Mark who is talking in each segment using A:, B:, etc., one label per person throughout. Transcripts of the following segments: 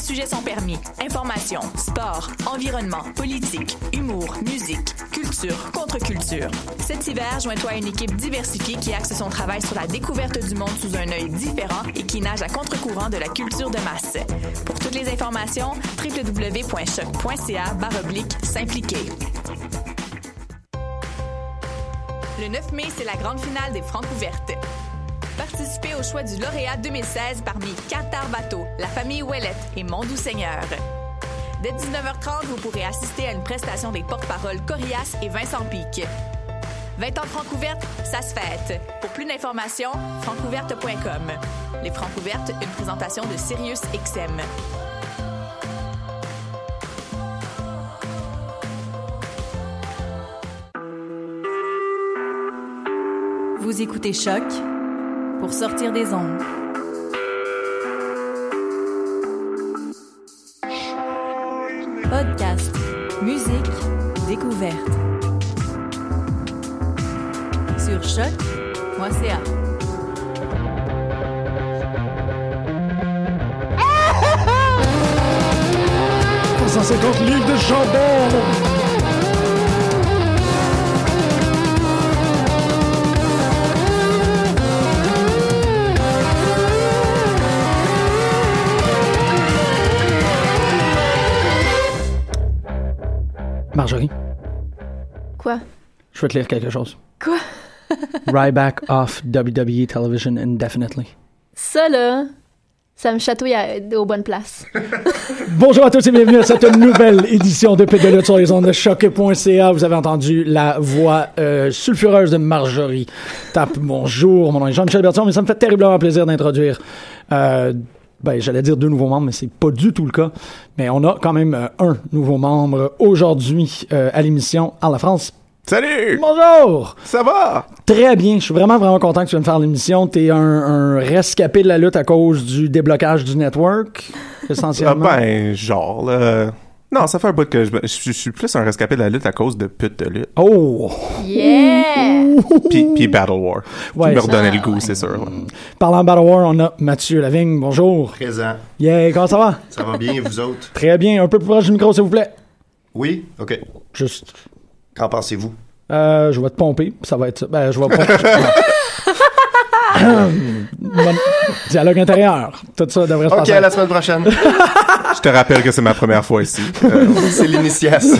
A: sujets sont permis. Information, sport, environnement, politique, humour, musique, culture, contre-culture. Cet hiver, joins-toi à une équipe diversifiée qui axe son travail sur la découverte du monde sous un œil différent et qui nage à contre-courant de la culture de masse. Pour toutes les informations, www.choc.ca baroblique s'impliquer. Le 9 mai, c'est la grande finale des Francs ouvertes. Participez au choix du lauréat 2016 parmi Qatar Bateau, la famille Ouellette et Mon Doux Seigneur. Dès 19h30, vous pourrez assister à une prestation des porte-paroles Corias et Vincent Pic. 20 ans Francouverte, ça se fête. Pour plus d'informations, francouverte.com. Les Francouvertes, une présentation de Sirius XM.
B: Vous écoutez Choc pour sortir des ondes. Podcast, musique, découverte. Sur choc.ca.
C: livres de charbon! Marjorie,
D: Quoi?
C: je vais te lire quelque chose.
D: Quoi?
C: Ryback off WWE television indefinitely.
D: Ça, là, ça me chatouille à- aux bonnes places.
C: Bonjour à tous et bienvenue à cette nouvelle édition de Pédolote sur les ondes de choc.ca. Vous avez entendu la voix euh, sulfureuse de Marjorie Tape. Bonjour, mon nom est Jean-Michel Bertrand, mais ça me fait terriblement plaisir d'introduire. euh, ben, j'allais dire deux nouveaux membres, mais c'est pas du tout le cas. Mais on a quand même euh, un nouveau membre aujourd'hui euh, à l'émission à la France.
E: Salut!
C: Bonjour!
E: Ça va? Ah,
C: Très bien. Je suis vraiment, vraiment content que tu viennes faire l'émission. T'es un, un rescapé de la lutte à cause du déblocage du network,
E: Ah
C: essentiellement.
E: ben, genre, là... Non, ça fait un bout que je, me- je suis- je suis plus un rescapé de la lutte à cause de pute de lutte.
C: Oh!
D: Yeah!
E: Puis, puis Battle War.
C: Ouais,
E: qui me
C: ça,
E: redonnait le goût, c'est sûr. là.
C: Parlant Battle War, on a Mathieu Lavigne. Bonjour.
F: Présent.
C: Yeah, comment ça va?
F: Ça va bien, et vous autres?
C: Très bien. Un peu plus proche du micro, s'il vous plaît.
F: Oui? OK.
C: Juste.
F: Qu'en pensez-vous?
C: Euh, je vais te pomper. Ça va être ça. Ben, je vais pomper. Bon- Dialogue intérieur. Tout ça devrait se
F: OK,
C: passer.
F: à la semaine prochaine.
E: Je te rappelle que c'est ma première fois ici. Euh,
F: C'est l'initiation.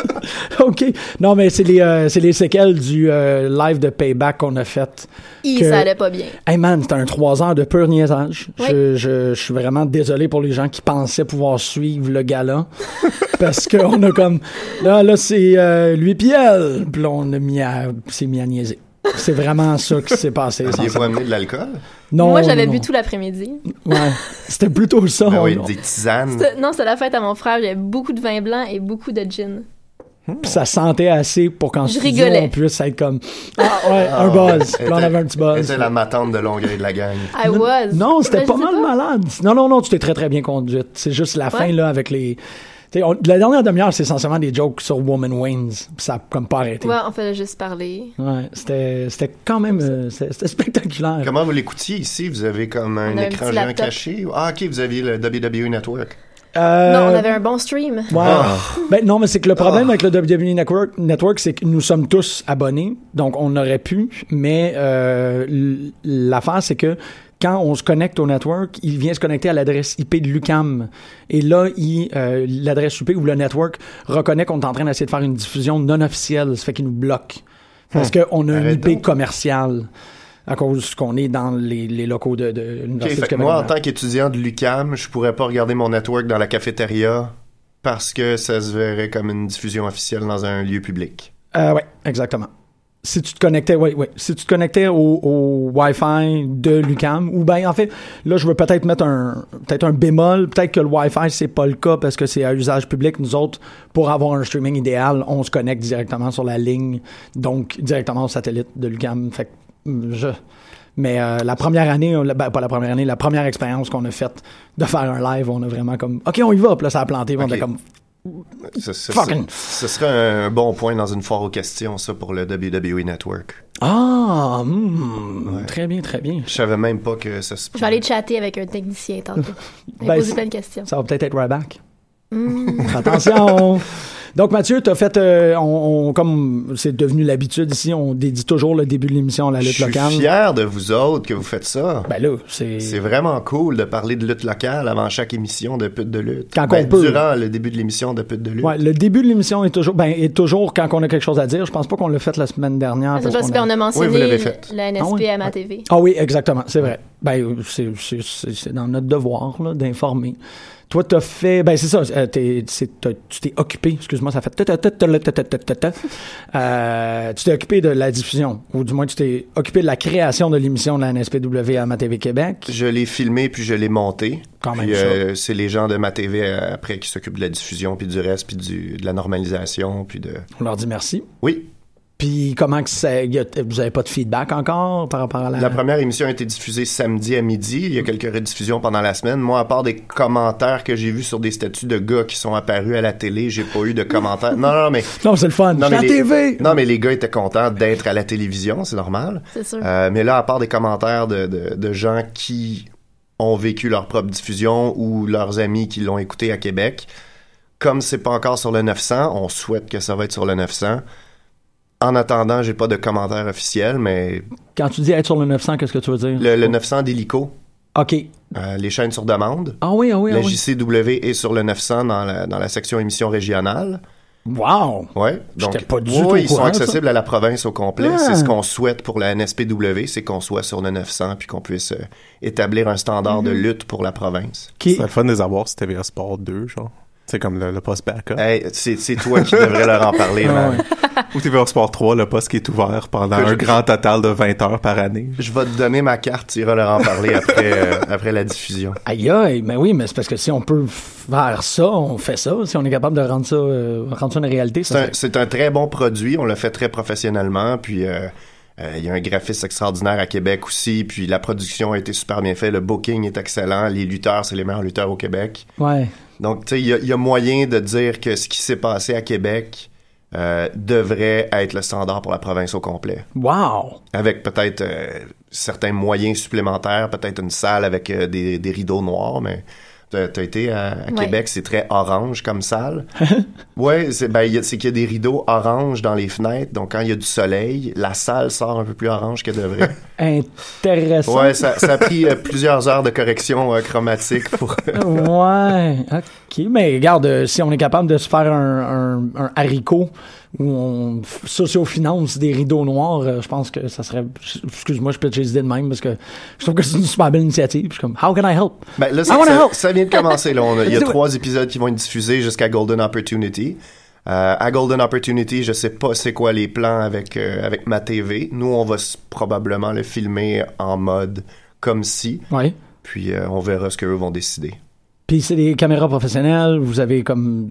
C: OK. Non, mais c'est les, euh, c'est les séquelles du euh, live de Payback qu'on a fait.
D: Il,
C: Que-
D: ça allait pas bien.
C: Hey man, c'était un trois heures de pur niaisage.
D: Oui.
C: Je, je- je suis vraiment désolé pour les gens qui pensaient pouvoir suivre le gala. parce qu'on a comme. Là, là, c'est euh, lui puis elle. Puis là, on a mis à, s'est mis à niaiser. C'est vraiment ça qui s'est passé.
F: Aviez-vous amené de l'alcool?
C: Non,
D: Moi, j'avais
C: non,
D: bu
C: non.
D: tout l'après-midi.
C: Ouais. C'était plutôt ça.
F: Ben
C: on-
F: oui,
C: on-
F: des tisanes.
D: Ça- Non, c'est la fête à mon frère. J'avais beaucoup de vin blanc et beaucoup de gin.
C: puis ça sentait assez pour qu'en
D: Je
C: studio,
D: rigolais.
C: on puisse être comme. Ah ouais, un buzz. Puis là, on avait un petit buzz.
F: C'était la matante de Longueuil de la gang.
D: I was.
C: Non, c'était
D: Ben, je
C: pas
D: sais
C: mal malade. Non, non, non, tu t'es très, très bien conduite. C'est juste la fin, là, avec les. t'sais, on- la dernière demi-heure, c'est essentiellement des jokes sur Woman Waynes. Puis Ça a comme pas arrêté. Ouais.
D: Ouais, on faisait juste parler.
C: c'était c'était quand même euh, c'était c'était spectaculaire.
F: Comment vous l'écoutiez ici? Vous avez comme un
D: On a un
F: écran
D: petit
F: géant
D: laptop.
F: caché? Ah, OK, vous aviez le WWE Network.
C: Euh,
D: Non, on avait un bon stream.
C: ouais.
F: Ah.
C: Ben, non, mais c'est que le problème avec le WWE Network, Network c'est que nous sommes tous abonnés, donc on aurait pu, mais euh, l- l'affaire, c'est que quand on se connecte au network, il vient se connecter à l'adresse IP de l'UCAM. Et là, il, euh, l'adresse IP ou le network reconnaît qu'on est en train d'essayer de faire une diffusion non officielle, ça fait qu'il nous bloque. Parce qu'on a une
F: Hmm. Arrête
C: IP
F: donc.
C: commerciale à cause qu'on est dans les, les locaux de, de
F: OK,
C: l'Université
F: fait
C: du
F: que
C: Québec.
F: moi, en tant qu'étudiant de l'UCAM, je pourrais pas regarder mon network dans la cafétéria parce que ça se verrait comme une diffusion officielle dans un lieu public.
C: Euh, oui, exactement. Si tu te connectais, oui, oui. Si tu te connectais au, au Wi-Fi de l'UCAM, ou ben en fait, là, je veux peut-être mettre un, peut-être un bémol. Peut-être que le Wi-Fi, c'est pas le cas parce que c'est à usage public. Nous autres, pour avoir un streaming idéal, on se connecte directement sur la ligne, donc directement au satellite de l'UCAM. Fait que, hum, je. Mais euh, la première année, on l'a- ben, pas la première année, la première expérience qu'on a faite de faire un live, on a vraiment comme, OK, on y va. Puis là, ça a planté. puis On
F: Ok.
C: était comme,
F: Ce, ce-
C: Fucking.
F: ce- ce serait un bon point dans une foire aux questions, ça, pour le WWE Network.
C: Ah, hmm, très bien, très bien.
F: Je savais même pas que ça se
D: Je vais aller chatter avec un technicien tantôt.
C: Ben,
D: Il va poser
C: c'est-
D: plein de questions.
C: Ça va peut-être être right back. Attention! Donc, Mathieu, t'as fait, euh, on, on- comme c'est devenu l'habitude ici, on dédie toujours le début de l'émission à la
F: Je
C: lutte
F: suis
C: locale.
F: fier de vous autres que vous faites ça.
C: Ben là, c'est.
F: C'est vraiment cool de parler de lutte locale avant chaque émission de pute de lutte.
C: Quand
F: Ben,
C: qu'on peut.
F: Durant le début de l'émission de pute de lutte.
C: Ouais, le début de l'émission est toujours, ben, est toujours quand on a quelque chose à dire. Je pense pas qu'on l'a fait la semaine dernière.
D: Ah, c'est
C: parce
D: pas
C: qu'on
D: super,
C: a-
D: on a mentionné
F: Oui, vous l'avez
D: le-
F: fait.
D: la NSP
C: Ah oui?
D: à ma
C: Ouais.
D: TV.
C: Ah oui, exactement, c'est vrai. Ben, euh, c'est- c'est c'est- c'est dans notre devoir là, d'informer. Toi, t'as fait. Ben, c'est ça. euh, t'es- c'est- t'as- tu t'es occupé. Excuse-moi, ça fait. ta- ta- ta- ta- ta- ta- ta- ta- ta. Euh, Tu t'es occupé de la diffusion, ou du moins, tu t'es occupé de la création de l'émission de la NSPW à MaTV Québec.
F: Je l'ai filmé puis je l'ai monté.
C: Quand même
F: Puis, euh, c'est les gens de ma TV euh, après qui s'occupent de la diffusion puis du reste puis du- de la normalisation puis de.
C: On leur dit merci.
F: Oui,
C: Puis, comment que ça. y a- vous avez pas de feedback encore par rapport à la.
F: La première émission a été diffusée samedi à midi. Il y a quelques rediffusions pendant la semaine. Moi, à part des commentaires que j'ai vus sur des statuts de gars qui sont apparus à la télé, j'ai pas eu de commentaires. Non, non, mais.
C: Non, c'est le fun.
F: Non,
C: Je suis
F: les,
C: à TV.
F: non, mais les gars étaient contents d'être à la télévision, c'est normal.
D: C'est sûr.
F: Euh, mais là, à part des commentaires de, de- de gens qui ont vécu leur propre diffusion ou leurs amis qui l'ont écouté à Québec, comme c'est pas encore sur le 900, on souhaite que ça va être sur le 900. En attendant, j'ai pas de commentaires officiels, mais
C: Quand tu dis être sur le 900, qu'est-ce que tu veux dire?
F: le, le 900 d'hélico,
C: OK.
F: euh, les chaînes sur demande.
C: Ah oui, ah oui, ah
F: la
C: oui.
F: JCW est sur le 900 dans la, dans la section émission régionale.
C: Wow!
F: Ouais.
C: J'étais
F: Donc,
C: pas du
F: oui,
C: tout au
F: ils sont
C: courant de
F: accessibles à la province au complet.
C: Ah.
F: C'est ce qu'on souhaite pour la NSPW, c'est qu'on soit sur le 900 puis qu'on puisse euh, établir un standard
C: Mm-hmm.
F: de lutte pour la province.
C: Qui-
E: C'est le fun de les avoir sur TVA Sport 2, genre. C'est comme le, le poste backup.
F: Hey, c'est c'est toi qui devrais leur en parler,
C: Ah
F: man.
C: ouais.
E: Ou TVA Sport 3, le poste qui est ouvert pendant
F: Que
E: un
F: je-
E: grand total de 20 heures par année.
F: Je vais te donner ma carte, tu iras leur en parler après, euh, après la diffusion.
C: Aïe aïe, mais oui, mais c'est parce que si on peut faire ça, on fait ça. Si on est capable de rendre ça, euh, rendre ça une réalité,
F: C'est
C: ça
F: un,
C: serait-
F: c'est un très bon produit. On le fait très professionnellement. Puis euh, euh, il y a un graphiste extraordinaire à Québec aussi. Puis la production a été super bien faite. Le booking est excellent. Les lutteurs, c'est les meilleurs lutteurs au Québec.
C: Ouais.
F: Donc, tu sais, il y, a- il y a moyen de dire que ce qui s'est passé à Québec euh, devrait être le standard pour la province au complet.
C: Wow!
F: Avec peut-être euh, certains moyens supplémentaires, peut-être une salle avec euh, des, des rideaux noirs, mais. T'as t'as été à, à
D: Ouais.
F: Québec, c'est très orange comme salle. Ouais, c'est ben, il y a- c'est qu'il y a des rideaux orange dans les fenêtres, donc quand il y a du soleil, la salle sort un peu plus orange qu'elle devrait.
C: Intéressant.
F: Ouais, ça, ça a pris euh, plusieurs heures de correction euh, chromatique pour.
C: Ouais, ok. Mais regarde, euh, si on est capable de se faire un, un, un haricot où on f- socio-finance des rideaux noirs, euh, je pense que ça serait. Excuse-moi, je peux des idées de même parce que je trouve que c'est une super belle initiative. Je suis comme, how can I help?
F: Ben, là,
C: I
F: ça,
C: wanna
F: ça-
C: help.
F: ça vient de commencer. Là, On a- il y a
C: Do it.
F: trois épisodes qui vont être diffusés jusqu'à Golden Opportunity. Euh, à Golden Opportunity, je sais pas c'est quoi les plans avec euh, avec ma TV. Nous, on va s- probablement le filmer en mode comme si,
C: Ouais.
F: puis euh, on verra ce qu'eux vont décider.
C: Puis c'est des caméras professionnelles, vous avez comme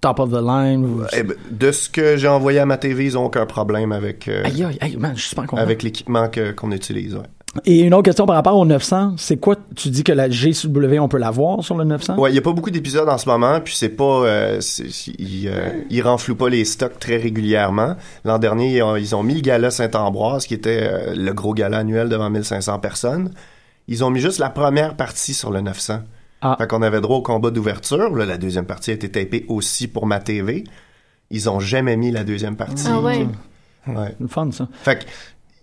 C: top of the line. vous-
F: Eh ben, de ce que j'ai envoyé à ma TV, ils ont aucun problème avec euh,
C: Aïe, aïe, aïe, man, je suis super content.
F: avec l'équipement que- qu'on utilise. ouais.
C: Et une autre question par rapport au 900, c'est quoi, tu dis que la GCW, on peut la voir sur le 900?
F: Ouais, il y a pas beaucoup d'épisodes en ce moment, puis c'est pas, euh, c'est- ils euh, ils renflouent pas les stocks très régulièrement. L'an dernier, ils ont, ils ont mis le gala Saint-Ambroise, qui était euh, le gros gala annuel devant 1500 personnes. Ils ont mis juste la première partie sur le 900.
C: Ah.
F: Fait qu'on avait droit au combat d'ouverture. Là, la deuxième partie a été tapée aussi pour ma TV. Ils ont jamais mis la deuxième partie.
D: Ah ouais.
F: Ouais.
C: C'est le fun, ça.
F: Fait que,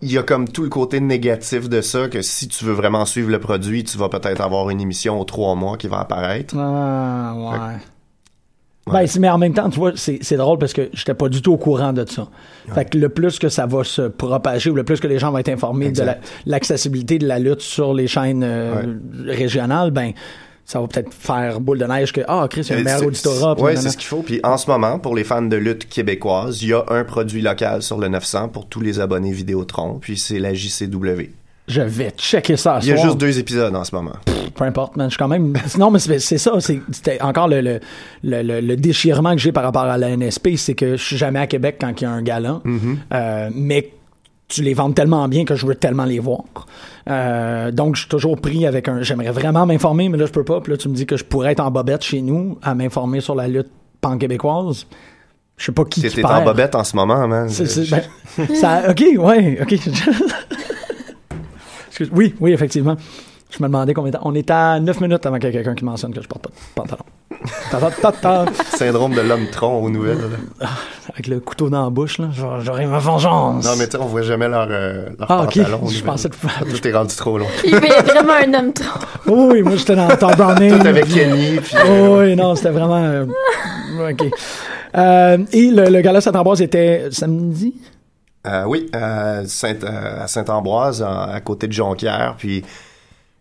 F: il y a comme tout le côté négatif de ça, que si tu veux vraiment suivre le produit, tu vas peut-être avoir une émission aux trois mois qui va apparaître.
C: Ah, ouais.
F: Ouais.
C: Ben, c'est- mais en même temps, tu vois, c'est c'est drôle parce que j'étais pas du tout au courant de ça. Fait que le plus que ça va se propager ou le plus que les gens vont être informés de
F: Exact.
C: la- l'accessibilité de la lutte sur les chaînes euh, régionales, ben, ça va peut-être faire boule de neige que, ah, Chris, il y a un meilleur auditorat. puis
F: Oui,
C: nanana.
F: c'est ce qu'il faut. Puis en ce moment, pour les fans de lutte québécoise, il y a un produit local sur le 900 pour tous les abonnés Vidéotron, puis c'est la JCW.
C: Je vais checker ça. à
F: Il y a
C: soir.
F: juste deux épisodes en ce moment.
C: Peu importe, man. Je suis quand même. Non, mais c'est c'est ça. c'est- C'était encore le, le, le, le- le déchirement que j'ai par rapport à la NSP, c'est que je suis jamais à Québec quand il y a un galant.
F: Mm-hmm.
C: Euh, mais tu les vends tellement bien que je veux tellement les voir. Euh, donc, je suis toujours pris avec un. J'aimerais vraiment m'informer, mais là, je peux pas. Puis là, tu me dis que je pourrais être en bobette chez nous à m'informer sur la lutte pan-québécoise, je sais pas qui, qui
F: T'es en
C: perd.
F: bobette en ce moment, man.
C: C'est- c'est- ben, ça- ok, ouais, ok. Excuse- oui, oui, effectivement. Je me demandais combien de temps. On est à 9 minutes avant qu'il y ait quelqu'un qui mentionne que je porte pas de pantalon. Ta- ta- ta- ta.
F: Syndrome de l'homme tronc aux nouvelles. là.
C: Avec le couteau dans la bouche, là, j'aurais- j'aurais ma vengeance.
F: Non, mais tu sais, on voit jamais leur, euh, leur
C: Ah, ok.
F: pantalon.
C: Je pensais que-
F: Tout est rendu trop long.
D: Il est vraiment un homme trop.
C: Oh, oui, moi j'étais dans Tom Browning.
F: Tout avec Kenny, puis euh,
C: Oh, oui, non, c'était vraiment. euh, OK. Euh, et le, le gala Saint-Ambroise était samedi?
F: Euh, oui, euh, Saint- euh, à Saint-Ambroise, en- à côté de Jonquière. Puis,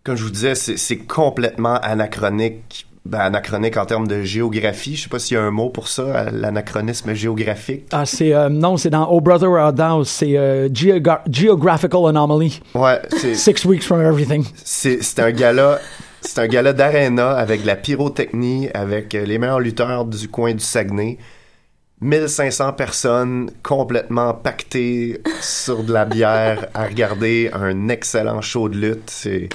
F: comme je vous disais, c'est c'est complètement anachronique. Ben, anachronique en termes de géographie. Je sais pas s'il y a un mot pour ça, euh, l'anachronisme géographique.
C: Ah, c'est. euh, non, c'est dans Oh Brother Where Art Thou. C'est euh, Geogra- Geographical Anomaly.
F: Ouais, c'est-
C: Six weeks from everything.
F: c'est c'est un gala. C'est un gala d'aréna avec de la pyrotechnie, avec euh, les meilleurs lutteurs du coin du Saguenay. 1500 personnes complètement pactées sur de la bière à regarder un excellent show de lutte. C'est.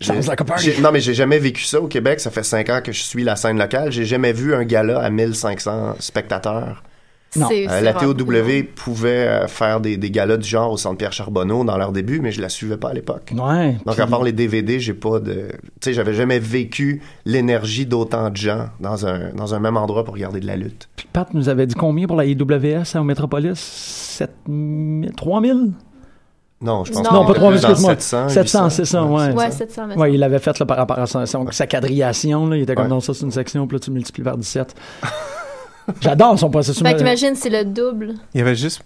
C: Sounds like a party.
F: J'ai- Non, mais j'ai jamais vécu ça au Québec. Ça fait cinq ans que je suis la scène locale. J'ai jamais vu un gala à 1500 spectateurs.
C: Non.
D: C'est-
F: Euh,
D: c'est
F: la
D: vraiment-
F: TOW pouvait euh, faire des, des galas du genre au Centre Pierre Charbonneau dans leur début, mais je la suivais pas à l'époque.
C: Ouais.
F: Donc, à part les DVD, j'ai pas de. Tu sais, j'avais jamais vécu l'énergie d'autant de gens dans un, dans un même endroit pour regarder de la lutte.
C: Puis Pat nous avait dit combien pour la IWS à Metropolis? 7 000? 3 000?
F: Non, je pense
D: Non.
C: Non, pas
F: que
C: 3 000,
F: dans
C: excuse-moi.
F: 700,
C: 700,
F: 800,
C: c'est ça,
F: ouais.
C: ouais.
D: Ouais, 700 mètres.
C: Ouais, il avait fait là, par rapport à sa, son- sa quadrillation. Là, il était comme
F: Ouais.
C: non, ça, c'est une section, puis là, tu multiplies par 17. J'adore son processus.
D: Fait qu'imagine, c'est le double.
E: Il y avait juste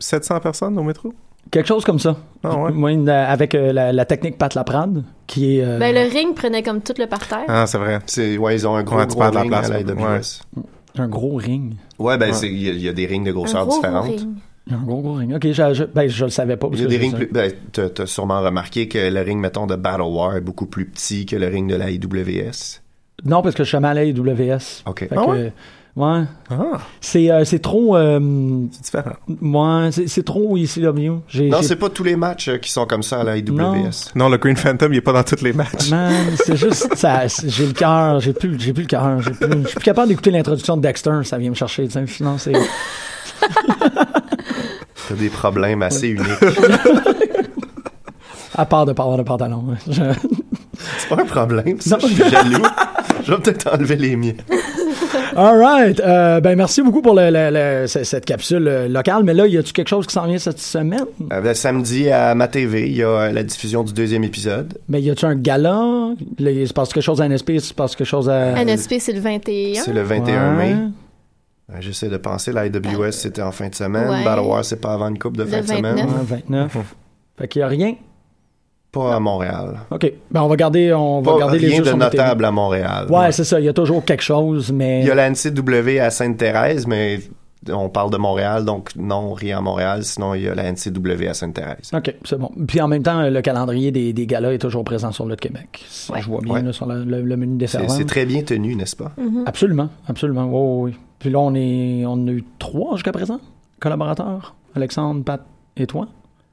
E: 700 personnes au métro?
C: Quelque chose comme ça.
E: Ah ouais?
C: Moi, une- euh, avec euh, la, la technique Pat Laprade, qui est. euh,
D: Ben, le ring prenait comme tout le parterre.
E: Ah, c'est vrai.
F: C'est, ouais, ils ont un gros,
E: Ouais, tu
F: gros
E: perds de la
F: ring
E: place,
F: à la
E: ouais.
F: AWS.
C: un gros ring.
F: Ouais, ben,
E: Ouais.
F: c'est- il y, a- il y a des rings de
D: Un
F: grosseur
D: gros, gros
F: différentes.
D: ring.
C: Un gros, gros ring. Ok, je, je- ben, je le savais pas. parce
F: Il y a
C: que
F: des
C: je-
F: rings plus. Ben, t'as, t'as sûrement remarqué que le ring, mettons, de Battle War est beaucoup plus petit que le ring de la IWS.
C: Non, parce que je suis mal à IWS.
F: OK.
C: Fait
E: Ah
C: que,
E: ouais?
C: ouais.
E: Ah,
C: C'est euh, c'est trop. euh,
E: c'est différent.
C: moi, c'est c'est trop ECW. J'ai-
F: Non,
C: j'ai-
F: c'est pas tous les matchs euh, qui sont comme ça à la IWS.
C: Non.
E: Non, le Green Phantom, il est pas dans tous les matchs.
C: Man, c'est juste, ça, j'ai le cœur, j'ai plus, j'ai plus le cœur, j'ai plus, je suis plus capable d'écouter l'introduction de Dexter, ça vient me chercher, tu sais, non, c'est,
F: T'as des problèmes assez uniques.
C: à part de parler de pantalon. hein. Je-
F: c'est pas un problème, ça.
C: Non.
F: Je suis jaloux. Je vais peut-être enlever les miens.
C: All right, euh, ben merci beaucoup pour le- le- le- ce- cette capsule euh, locale, mais là, y a-tu quelque chose qui s'en vient cette semaine?
F: Euh, ben, samedi à ma TV, il y a euh, la diffusion du deuxième épisode.
C: Mais Ben, y a-tu un gala? Là, il se passe quelque chose à NSP, il se passe quelque chose à...
D: NSP, c'est le 21.
F: C'est le 21
C: Ouais.
F: mai. Euh, J'essaie de penser, la IWS, c'était en fin de semaine.
D: Euh, Ouais.
F: Battle War, c'est pas avant une coupe de
D: Le
F: fin de semaine.
D: 29.
C: Ouais, 29. Fait qu'il y a rien.
F: Pas à Montréal.
C: OK. Ben, on va garder, on va
F: Pas
C: garder les
F: rien
C: yeux
F: de
C: sur notre télé.
F: notable à Montréal.
C: Ouais, c'est ça. Il y a toujours quelque chose, mais.
F: Il y a la NCW à Sainte-Thérèse, mais on parle de Montréal, donc non, rien à Montréal, sinon il y a la NCW à Sainte-Thérèse.
C: OK, c'est bon. Puis en même temps, le calendrier des, des galas est toujours présent sur le Québec. Ça,
D: Ouais.
C: Je vois bien
F: Ouais.
C: là, sur le, le- le menu des
F: C'est- C'est très bien tenu, n'est-ce pas?
D: Mm.
C: Absolument, absolument. Oui, oui, oui. Puis là, on, est, on a eu trois jusqu'à présent collaborateurs. Alexandre, Pat et toi.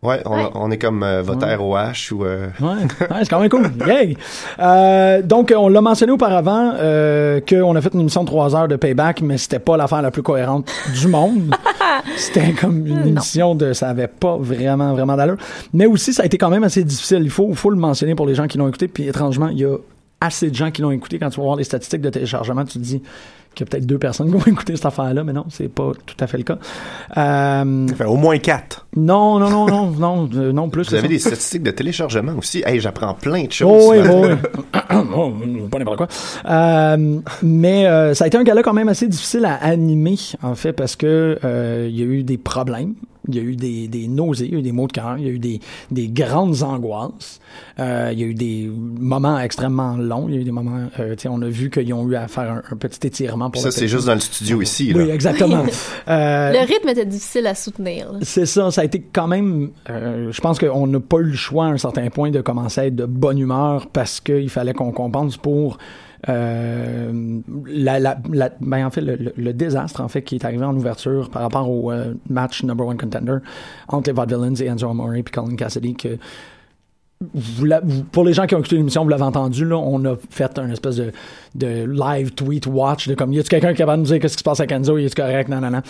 F: Ouais, on,
D: Ouais.
F: on est comme euh, votre
C: Ouais.
F: ROH ou... euh,
C: Ouais, Ouais, c'est quand même cool. Yay! Euh, donc, on l'a mentionné auparavant euh, qu'on a fait une émission de trois heures de payback, mais c'était pas l'affaire la plus cohérente du monde. c'était comme une émission de ça avait pas vraiment, vraiment d'allure. Mais aussi, ça a été quand même assez difficile. Il faut, faut le mentionner pour les gens qui l'ont écouté. Puis étrangement, il y a assez de gens qui l'ont écouté. Quand tu vas voir les statistiques de téléchargement, tu te dis qu'il y a peut-être deux personnes qui ont écouté cette affaire-là, mais non, c'est pas tout à fait le cas. Euh,
E: Enfin, au moins 4.
C: non, non, non, non, non, euh, non plus.
F: Vous
C: que
F: avez
C: ça.
F: des statistiques de téléchargement aussi. Hey, j'apprends plein de choses.
C: Oh oui,
F: là.
C: oui, oui. Oh, pas n'importe quoi. Euh, mais euh, ça a été un gala quand même assez difficile à animer, en fait, parce que euh, il y a eu des problèmes, il y a eu des, des nausées, il y a eu des maux de cœur, il y a eu des, des grandes angoisses, euh, il y a eu des moments extrêmement longs, il y a eu des moments, euh, tu sais, on a vu qu'ils ont eu à faire un, un petit étirement pour
F: Ça,
C: le
F: c'est juste dans le studio ici. Là.
C: Oui, exactement. Euh,
D: Le rythme était difficile à soutenir. là.
C: c'est ça, ça a été quand même. euh, je pense qu'on n'a pas eu le choix à un certain point de commencer à être de bonne humeur parce qu'il fallait qu'on compense pour euh, la, la- la- ben, en fait le, le- le désastre en fait qui est arrivé en ouverture par rapport au euh, match number one contender entre les Vaudevillains et Enzo Amore et Colin Cassidy que vous la- vous- pour les gens qui ont écouté l'émission, vous l'avez entendu, là, on a fait un espèce de, de live tweet watch de comme y a-tu quelqu'un qui est capable de nous dire qu'est-ce qui se passe à Kenzo, y a-tu correct, non, non, non.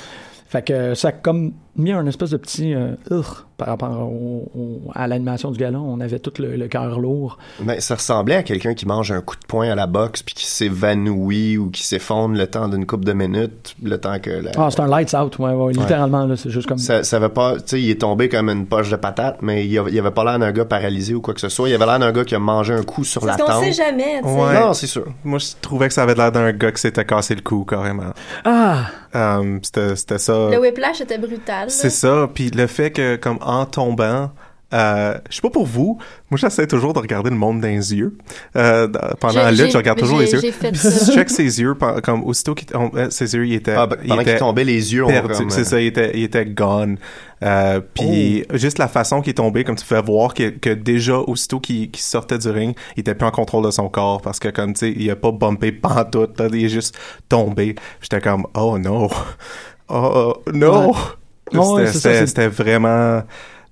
C: Fait que ça a comme mis un espèce de petit euh, Urgh par rapport au- au- à l'animation du gala. On avait tout le, le cœur lourd.
F: Ben, ça ressemblait à quelqu'un qui mange un coup de poing à la boxe puis qui s'évanouit ou qui s'effondre le temps d'une couple de minutes, le temps que la-
C: Ah, c'est un lights out, ouais, ouais, littéralement, là, c'est juste comme.
F: ça, ça avait pas, tu sais, il est tombé comme une poche de patate, mais il, avait- il avait pas l'air d'un gars paralysé ou quoi que ce soit. Il avait l'air d'un gars qui a mangé un coup sur la
G: Parce qu'on
F: tempe.
G: sait jamais, tu sais.
E: Ouais.
F: Non, c'est sûr.
E: Moi, je trouvais que ça avait l'air d'un gars qui s'était cassé le cou, carrément.
C: Ah!
E: Um, c'était c'était ça.
G: Le whiplash était brutal. là.
E: C'est ça. Puis le fait que, comme en tombant, euh, je sais pas pour vous, moi j'essaie toujours de regarder le monde dans les yeux. Euh, d- pendant
D: J'ai-
E: la lutte,
D: j'ai-
E: je regarde toujours
D: j'ai-
E: les yeux.
D: j'ai fait
E: Puis
D: ça.
E: si je check ses yeux, pen- comme aussitôt qu'il on- euh, ses yeux, il était,
F: Ah, ben,
E: il
F: pendant qu'il
E: était
F: tombait, les yeux ont
E: perdu.
F: comme, euh,
E: C'est ça, il était, il était gone. Euh, puis
C: Oh.
E: juste la façon qu'il est tombé, comme tu pouvais voir que, que déjà aussitôt qu'il qu'il sortait du ring, il était plus en contrôle de son corps parce que comme tu sais, il a pas bumpé pantoute, là, il est juste tombé. J'étais comme oh no, oh no.
C: Ouais. Ouais, ouais, c'est
E: C'était-
C: ça,
E: C'était
C: c'est-
E: c'était vraiment.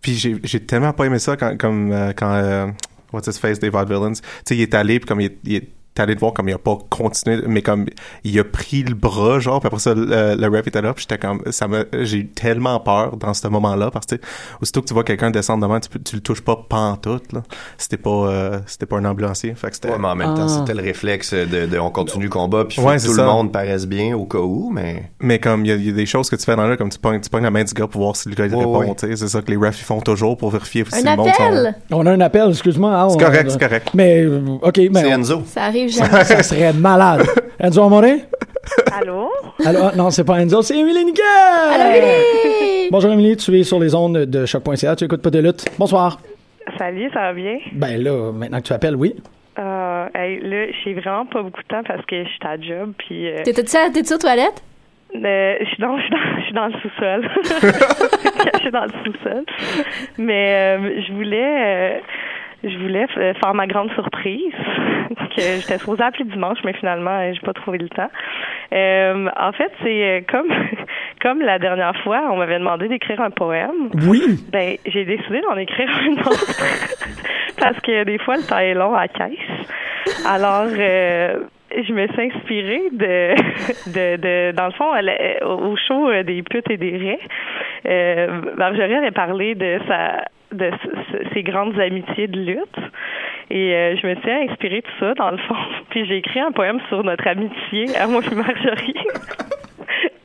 E: Puis j'ai j'ai tellement pas aimé ça quand comme euh, quand euh, what's his face Dave Villains, tu sais, il est allé puis comme il est, il est allé le voir comme il a pas continué, mais comme il a pris le bras genre, puis après ça le, le ref était là, puis j'étais comme ça me j'ai eu tellement peur dans ce moment-là parce que tu sais, aussitôt que tu vois quelqu'un descendre devant, tu, peux- tu le touches pas pantoute là. C'était pas euh, c'était pas un ambulancier, fait que c'était
F: euh, Ouais, mais en même temps,
C: Ah.
F: c'était le réflexe de, de on continue le combat puis faut
E: Ouais,
F: que
E: c'est
F: tout
E: ça.
F: le monde paraisse bien au cas où, mais
E: Mais comme il y, a- il y a des choses que tu fais dans là, comme tu pognes, tu pognes la main du gars pour voir si le gars il
F: Ouais,
E: répond,
F: ouais.
E: tu sais, c'est ça que les refs ils font toujours pour vérifier si
D: Un
E: le monde sont-
D: appel!
C: On a un appel, excuse-moi. Ah, on-
E: C'est correct, c'est correct.
C: Mais, euh, OK,
F: c'est
C: mais
F: Enzo.
D: Ça arrive jamais.
C: ça serait malade. Enzo Amorin?
H: Allô?
C: Allô, ah, non, c'est pas Enzo, c'est Émilie Nickel! Bonjour Émilie, tu es sur les ondes de choc.ca, tu écoutes pas de lutte. Bonsoir.
H: Salut, ça va bien?
C: Ben là, maintenant que tu appelles, oui.
H: Euh, hey, là, j'ai vraiment pas beaucoup de temps parce que je suis à job, puis... euh,
D: T'étais-tu à- t'étais-tu aux toilettes?
H: Euh, je suis dans, je suis dans, je suis dans le sous-sol. je suis dans le sous-sol. Mais euh, je voulais, euh, je voulais f- faire ma grande surprise que j'étais supposée appeler dimanche, mais finalement euh, j'ai pas trouvé le temps. Euh, en fait, c'est euh, comme comme la dernière fois, on m'avait demandé d'écrire un poème.
C: Oui.
H: Ben, j'ai décidé d'en écrire un autre parce que des fois le temps est long à caisse. Alors, euh, je me suis inspirée de, de, de dans le fond, à la- au show euh, des putes et des raies, euh, Marjorie avait parlé de sa de s- ses grandes amitiés de lutte. Et euh, je me suis inspirée de ça, dans le fond. Puis j'ai écrit un poème sur notre amitié à moi et Marjorie.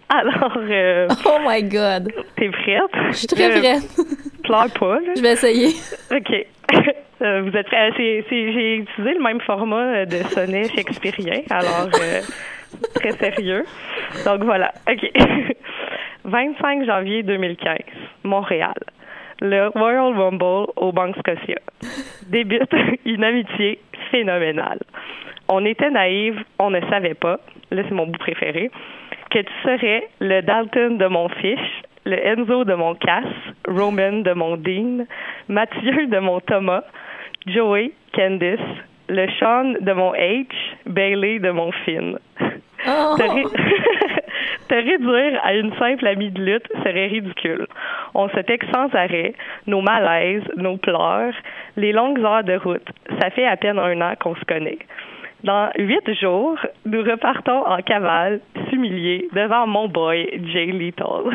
H: Alors, euh,
D: Oh my god.
H: t'es prête?
D: Je suis très
H: Euh,
D: prête.
H: Pleure pas, là.
D: Je vais essayer.
H: OK. Euh, Vous êtes prêts? Euh, c'est- c'est- J'ai utilisé le même format euh, de sonnet shakespearien, alors euh, très sérieux. Donc voilà. OK. 25 janvier 2015, Montréal. Le Royal Rumble au Bank Scotia. Débute une amitié phénoménale. On était naïves, on ne savait pas, là c'est mon bout préféré, que tu serais le Dalton de mon fiche, le Enzo de mon Cass, Roman de mon Dean, Mathieu de mon Thomas, Joey, Candice, le Sean de mon H, Bailey de mon Finn.
D: Oh.
H: Te, ré- Te réduire à une simple amie de lutte serait ridicule. On se texte sans arrêt, nos malaises, nos pleurs, les longues heures de route. Ça fait à peine un an qu'on se connaît. Dans huit jours, nous repartons en cavale, s'humilier, devant mon boy, Jay Little.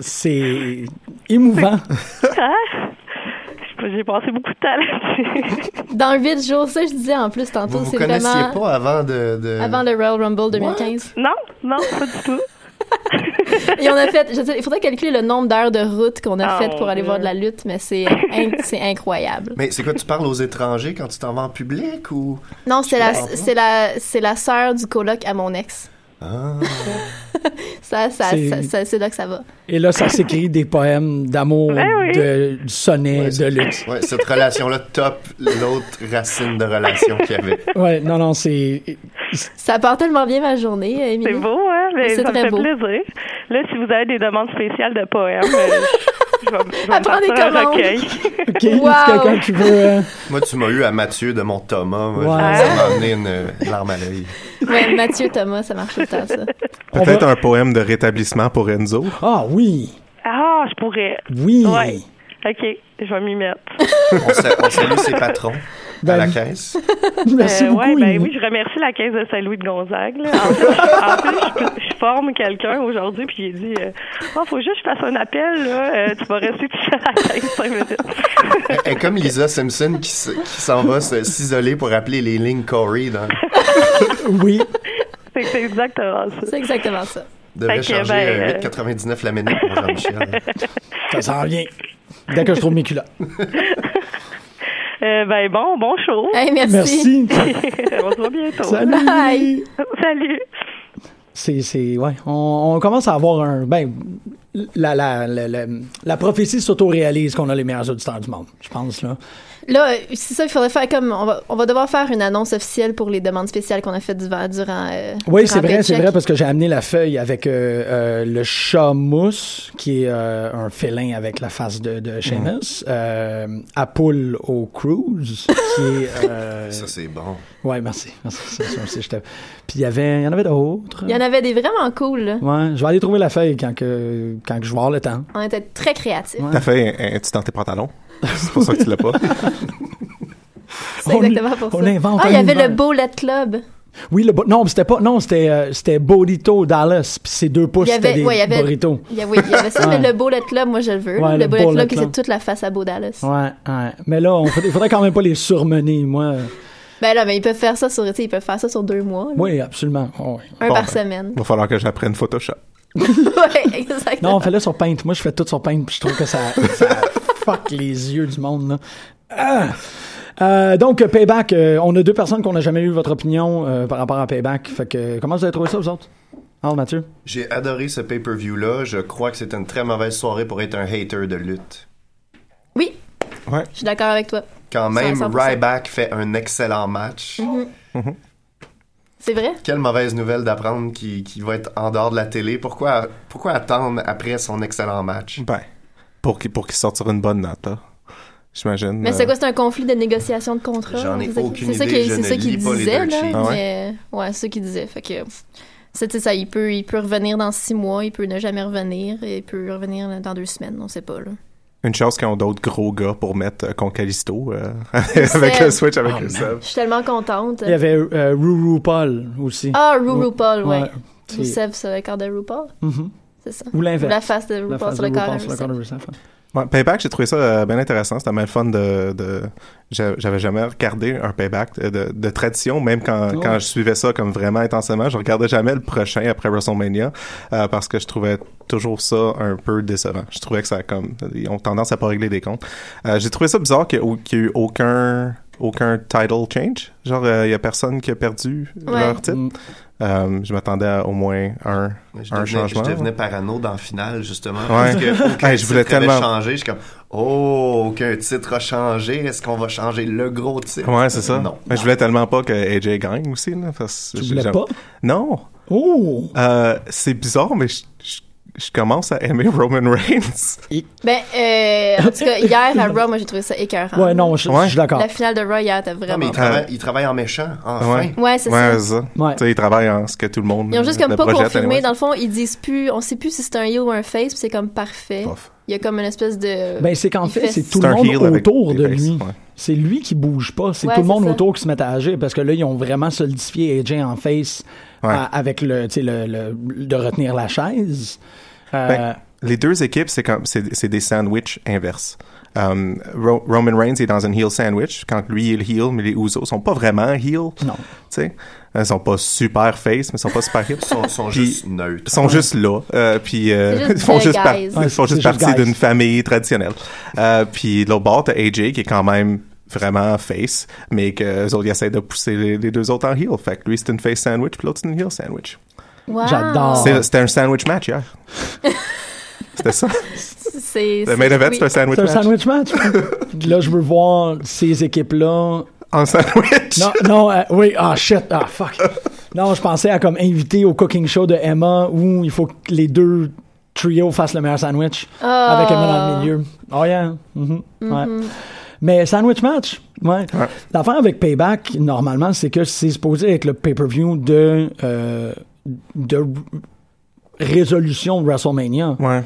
C: C'est émouvant.
H: Hein? J'ai passé beaucoup de temps là-dessus.
D: Dans 8 jours, ça je disais en plus tantôt,
F: Vous vous
D: c'est
F: connaissiez
D: vraiment
F: pas avant de, de-
E: Euh.
D: avant le Royal Rumble 2015.
H: Non, non, pas du tout.
D: Et on a fait, je sais, il faudrait calculer le nombre d'heures de route qu'on a
H: Ah,
D: faites pour
H: mon
D: aller
G: Oh,
H: Dieu.
D: voir de la lutte, mais c'est inc- c'est incroyable.
F: Mais c'est quoi, tu parles aux étrangers quand tu t'en vas en public ou?
D: Non, c'est la
F: comprends pas.
D: c'est la c'est la sœur du coloc à mon ex.
F: Ah.
D: Ça ça,
C: C'est-
D: ça- ça- c'est là que ça va.
C: Et là, ça s'écrit des poèmes d'amour,
H: Ben oui.
C: de sonnets,
F: Ouais,
C: de
F: c'est-
C: lutte.
F: Ouais, cette relation-là top l'autre racine de relation qu'il y avait.
C: Ouais, non, non, c'est.
D: Ça part tellement bien ma journée, Émilie.
H: C'est beau, hein? Mais
D: C'est
H: ça me
D: très
H: fait
D: beau.
H: plaisir. Là, si vous avez des demandes spéciales de poèmes, euh, je vais, je vais me
D: Apprends des
H: partir un
D: commandes.
H: recueil.
C: Ok, y a-t-il
D: Wow.
C: quelqu'un qui veut. euh,
F: Moi, tu m'as eu à Mathieu de mon Thomas. Moi,
C: Ouais.
F: Ça m'a amené une euh, larme à l'œil.
D: Ouais, Mathieu Thomas, ça marche tout le temps ça.
C: on
E: Peut-être
C: va-
E: un poème de rétablissement pour Enzo.
C: Ah oui,
H: Ah, je pourrais.
C: oui.
H: Ouais. OK. Je vais m'y mettre.
F: On, sa- on salue ses patrons à la
C: Ben,
F: caisse.
C: merci
H: Euh,
C: beaucoup.
H: ouais, ben
C: Yves.
H: oui, je remercie la caisse de Saint-Louis de Gonzague. là. En plus, en plus, je, je forme quelqu'un aujourd'hui, puis il dit euh, Oh, faut juste que je fasse un appel, là, euh, tu vas rester tout seul à la caisse cinq minutes.
F: Elle est comme Lisa Simpson qui s- qui s'en va se- s'isoler pour appeler les lignes Corey. Dans,
C: Oui.
H: C'est- C'est exactement ça.
D: C'est exactement ça.
F: devrait
H: Fait que,
F: changer
H: ben,
F: euh,
H: euh,
F: 8,99 la minute pour Jean-Michel.
C: Ça s'en vient. Dès que je trouve mes culottes.
H: Euh, ben bon, bon show.
D: Hey, merci.
C: Merci.
H: On se voit bientôt.
C: Salut.
D: Bye.
H: Salut.
C: C'est, c'est, ouais. On, on commence à avoir un, ben, la, la, la, la, la prophétie s'auto-réalise qu'on a les meilleurs auditeurs du monde, je pense, là.
D: Là, euh, c'est ça, il faudrait faire comme. On va, on va devoir faire une annonce officielle pour les demandes spéciales qu'on a faites d'hiver durant. euh,
C: Oui,
D: durant
C: c'est vrai,
D: Pet
C: c'est
D: Check.
C: vrai, parce que j'ai amené la feuille avec euh, euh, le chat mousse, qui est euh, un félin avec la face de, de Seamus,
D: Mm-hmm.
C: euh, Apple au Cruise, qui est... euh,
F: Ça, c'est bon.
C: ouais, merci. merci, c'est sûr, c'est- je t'aime. Puis il y avait, il y en avait d'autres.
D: Il y en avait des vraiment cool, là.
C: Ouais, je vais aller trouver la feuille quand que, quand que je vais avoir le temps.
D: On était très créatifs.
E: T'as fait un, un petit dans tes pantalons. C'est pour ça que tu l'as pas.
D: C'est
C: On-
D: exactement pour
C: on
D: ça.
C: invente
D: ah,
C: un
D: il y avait
C: univers.
D: le Bullet Club.
C: Oui, le bo- non, mais c'était pas non, c'était euh, c'était Burrito Dallas, puis ses deux pouces
D: Il y
C: c'était
D: avait-
C: des
D: ouais, il y avait-
C: burritos.
D: Il y avait, oui, il y avait ça,
C: Ouais.
D: mais le Bullet Club, moi, je le veux.
C: Ouais,
D: le,
C: le
D: Bullet
C: Bullet
D: Club, qui
C: Club.
D: c'est toute la face à Beau Dallas.
C: Ouais, ouais. Mais là, on faudrait, faudrait quand même pas les surmener, moi.
D: Ben là, mais ils peuvent faire ça sur, tu sais, ils peuvent faire ça sur deux mois. là.
C: Oui, absolument. Oh, oui.
D: Un
E: Bon,
D: par
E: ben.
D: semaine.
E: Va falloir que j'apprenne Photoshop.
D: ouais, exactement.
C: Non, on fait là sur Paint. Moi, je fais tout sur Paint, puis je trouve que ça, ça fuck les yeux du monde là. Ah! Euh, donc euh, Payback, euh, on a deux personnes qu'on n'a jamais eu votre opinion euh, par rapport à Payback. Fait que euh, comment vous avez trouvé ça vous autres Alors Mathieu.
F: J'ai adoré ce pay-per-view-là. Je crois que c'était une très mauvaise soirée pour être un hater de lutte.
D: Oui,
E: Ouais.
D: je suis d'accord avec toi.
F: Quand même,
D: 100%.
F: Ryback fait un excellent match.
D: C'est vrai?
F: Quelle mauvaise nouvelle d'apprendre qu'il qu'il va être en dehors de la télé. Pourquoi, pourquoi attendre après son excellent match?
E: Ben, pour qu'il pour qu'il sorte sur une bonne note, là. J'imagine.
D: Mais
E: euh,
D: c'est quoi? C'est un conflit de négociation de contrat?
F: J'en ai
D: C'est ça-
F: aucune
D: c'est ça
F: idée,
D: qui-
F: je
D: C'est
F: ne
D: ça qu'il
F: lis pas les
D: disait, là.
F: direct
E: sheets. Ah
D: mais- ouais, c'est ça qu'il disait. Fait que. C'est c'est ça, il peut, il peut revenir dans six mois, il peut ne jamais revenir, et il peut revenir dans deux semaines, on sait pas, là.
E: Une chose qu'ils ont d'autres gros gars pour mettre euh, contre Kalisto, euh, avec le Switch, avec
C: Oh,
E: le
C: man.
E: sub.
D: Je suis tellement contente.
C: Il y avait euh, Ruru Paul aussi.
D: Ah, Ru RuPaul, ouais.
C: Ouais, c'est-
D: Rousseff sur le corps de RuPaul,
C: Mhm.
D: c'est ça.
C: Ou l'inverse.
D: La face de
C: La
D: RuPaul
C: face
D: sur
C: de
D: le corps
C: RuPaul
D: de
C: sur le
D: Rousseff.
C: corps de Rusev.
E: Ouais, payback, j'ai trouvé ça euh, bien intéressant. C'était mal fun de. de j'a- J'avais jamais regardé un payback de, de- de tradition, même quand,
C: Oh.
E: quand je suivais ça comme vraiment intensément. Je regardais jamais le prochain après WrestleMania euh, parce que je trouvais toujours ça un peu décevant. Je trouvais que ça comme ils ont tendance à pas régler des comptes. Euh, j'ai trouvé ça bizarre qu'il y, ait- qu'il y ait eu aucun aucun title change. Genre euh, il y a personne qui a perdu
D: Ouais.
E: leur titre.
C: Mm.
E: Euh, je m'attendais à au moins un
F: Je
E: un
F: devenais,
E: changement.
F: je devenais parano dans le final, justement.
E: Ouais.
F: Parce que aucun
E: Hey, je
F: titre
E: voulais
F: avait
E: tellement-
F: changé. Je suis comme, oh, aucun titre a changé. Est-ce qu'on va changer le gros titre?
E: Ouais, c'est ça.
F: Non.
E: Mais je voulais tellement pas que AJ gagne aussi. Là, parce que
C: Tu
E: j'ai-
C: voulais
E: j'aime-
C: pas?
E: Non.
C: Oh!
E: Euh, c'est bizarre, mais je, je- je commence à aimer Roman Reigns.
D: Ben, euh, en tout cas, hier à Raw, moi j'ai trouvé ça écœurant.
C: Ouais, non, je,
E: Ouais.
C: je suis d'accord.
D: La finale de Raw hier était
F: Non, mais
D: vraiment.
F: il travaille, il travaille en méchant, enfin.
E: Ouais.
D: Ouais, c'est
E: ouais,
D: ça.
E: c'est ça.
C: Ouais.
E: Tu sais, ils travaillent en ce que tout le monde.
D: Ils ont juste
E: euh,
D: comme
E: le
D: pas
E: projette,
D: confirmé.
E: anyway.
D: Dans le fond, ils disent plus, on sait plus si c'est un heel ou un face, puis c'est comme parfait.
E: Bof.
D: Il y a comme une espèce de.
C: Ben, c'est qu'en
D: Il
C: fait,
D: fait-
C: c'est tout
E: C'est
C: le
E: un
C: monde
E: heel avec
C: autour
E: des
C: de
E: faces,
C: lui.
E: ouais.
C: C'est lui qui bouge pas. C'est
D: Ouais,
C: tout le
D: c'est
C: monde
D: ça.
C: autour qui se met à agir parce que là, ils ont vraiment solidifié AJ en face
E: Ouais.
C: à- avec le, tu sais, le, le- de retenir la chaise. Euh,
E: Ben, les deux équipes, c'est comme c'est c'est des sandwichs inverses. Um, Ro- Roman Reigns est dans un heel sandwich quand lui il est heel, mais les Usos sont pas vraiment heel. Tu
C: non.
E: sais, ils sont pas super face, mais ils sont pas super heel.
F: Ils sont, sont
E: Puis-
F: juste neutres.
E: Ils sont juste là, euh, puis euh,
D: C'est juste
E: ils font
D: des
E: juste, par-
D: guys.
E: ils
C: Ouais,
E: font
C: c'est
E: juste
C: juste
E: partie
C: guys.
E: d'une famille traditionnelle. Euh, puis l'autre bord, t'as AJ qui est quand même vraiment face, mais que eux autres, ils essaient de pousser les, les deux autres en heel. Fait que lui, c'est une face sandwich, puis l'autre, c'est une heel sandwich.
D: Wow.
C: j'adore.
E: C'est- C'était un sandwich match hier. C'était ça.
D: C'est.
E: Le main event,
D: oui.
E: c'était un sandwich
C: C'est un
E: match.
C: sandwich match. là, je veux voir ces équipes-là.
E: En sandwich.
C: Non, non, euh, oui, ah shit, ah fuck. Non, je pensais à comme invité au cooking show de Emma où il faut que les deux trios fassent le meilleur sandwich
D: Ah.
C: avec Emma dans le milieu. Oh yeah. mhm, ouais. Mais sandwich match, ouais.
E: Ouais.
C: L'affaire avec Payback, normalement, c'est que c'est supposé être le pay-per-view de, euh, de r- résolution de WrestleMania.
E: Ouais.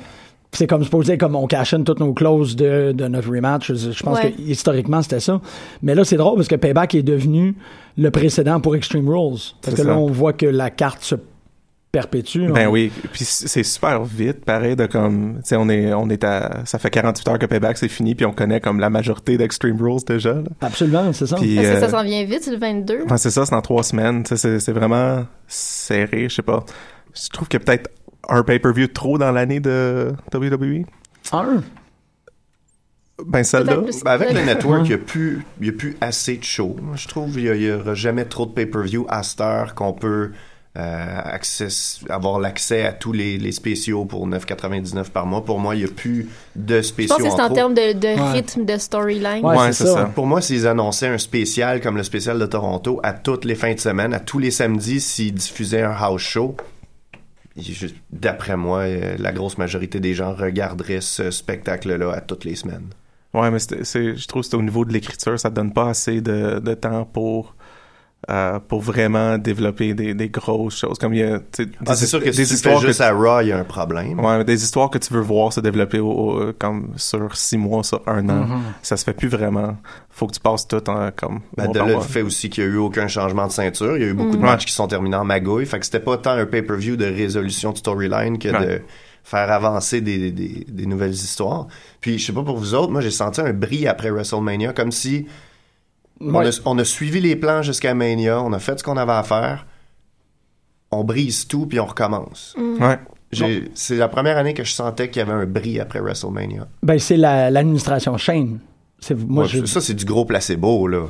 C: C'est comme supposé, comme on cachait toutes nos clauses de, de notre rematch. Je, je pense
D: Ouais.
C: que historiquement, c'était ça. Mais là, c'est drôle parce que Payback est devenu le précédent pour Extreme Rules. Parce
E: C'est
C: que là,
E: ça.
C: on voit que la carte se perpétue. hein.
E: Ben
C: On-
E: oui, puis c- c'est super vite, pareil, de comme, tu sais, on est, on est à, ça fait 48 heures que Payback c'est fini, puis on connaît comme la majorité d'Extreme Rules déjà, là.
C: Absolument, c'est ça.
E: Puis,
D: Parce que ça
E: euh,
D: s'en vient vite, c'est le 22.
E: ouais, c'est ça, c'est dans trois semaines, tu sais, c'est c'est vraiment serré, je sais pas. Je trouve qu'il y a peut-être un pay-per-view de trop dans l'année de WWE.
C: Un.
E: Ben celle-là,
D: Peut-être plus-
F: Ben, avec le network,
C: Ouais.
F: il n'y a, plus- il y a plus assez de shows. moi, Je trouve il n'y aura jamais trop de pay-per-view à cette heure qu'on peut euh, access- avoir l'accès à tous les, les spéciaux pour 9,99 par mois. Pour moi, il n'y a plus de
D: Je
F: spéciaux
D: pense que c'est en
F: trop.
D: termes de, de
C: Ouais.
D: rythme de storyline.
C: Ouais,
E: Ouais,
C: c'est
E: c'est
C: ça.
E: ça.
F: Pour moi, s'ils annonçaient un spécial comme le spécial de Toronto à toutes les fins de semaine, à tous les samedis, s'ils diffusaient un house show, il- je- d'après moi, euh, la grosse majorité des gens regarderaient ce spectacle-là à toutes les semaines.
E: ouais, mais c'est- c'est, je trouve que c'est au niveau de l'écriture, ça te donne pas assez de, de temps pour, euh, pour vraiment développer des, des grosses choses. Comme il y a, tu sais, des,
F: Ah, c'est sûr que
E: des
F: si tu fais
E: histoires
F: juste
E: que-
F: à Raw, il y a un problème.
E: Ouais, mais des histoires que tu veux voir se développer au- au- comme sur six mois, sur un an,
F: Mm-hmm.
E: ça se fait plus vraiment. Faut que tu passes tout en comme.
F: Ben,
E: mois
F: de
E: par
F: là, le
E: mois.
F: fait aussi qu'il n'y a eu aucun changement de ceinture. Il y a eu beaucoup
C: Mm.
F: de matchs qui sont terminés en magouille. Fait que c'était pas tant un pay-per-view de résolution de storyline que
E: Ouais.
F: de faire avancer des, des- des nouvelles histoires. Puis, je sais pas pour vous autres, moi, j'ai senti un bris après WrestleMania, comme si on,
C: Ouais.
F: a, on a suivi les plans jusqu'à Mania, on a fait ce qu'on avait à faire, on brise tout, puis on recommence.
C: Mm.
E: Ouais.
F: J'ai- C'est la première année que je sentais qu'il y avait un bris après WrestleMania.
C: Ben, c'est la- l'administration Shane. C'est, moi,
F: Ouais,
C: je-
F: Ça, c'est du gros placebo, là.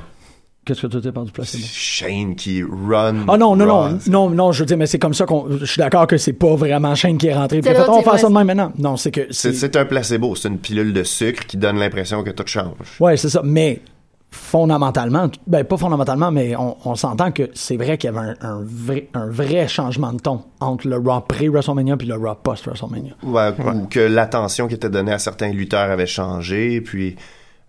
C: qu'est-ce que tu as du placebo?
F: Shane qui run.
C: Ah non, non,
F: Raw.
C: non, non, non, je veux dire, mais c'est comme ça qu'on. Je suis d'accord que c'est pas vraiment Shane qui est rentré. Puis
D: C'est
C: il a fait,
D: là,
C: on
D: c'est-
C: va faire ça de
D: ouais.
C: même maintenant. Non, c'est que.
F: C'est-
C: c'est-
F: C'est un placebo, c'est une pilule de sucre qui donne l'impression que tout change.
C: Ouais, c'est ça. Mais fondamentalement, t- ben pas fondamentalement, mais on, on s'entend que c'est vrai qu'il y avait un, un vrai, un vrai changement de ton entre le Raw pré-WrestleMania puis le Raw post-WrestleMania.
F: Ouais, Ou que l'attention qui était donnée à certains lutteurs avait changé, puis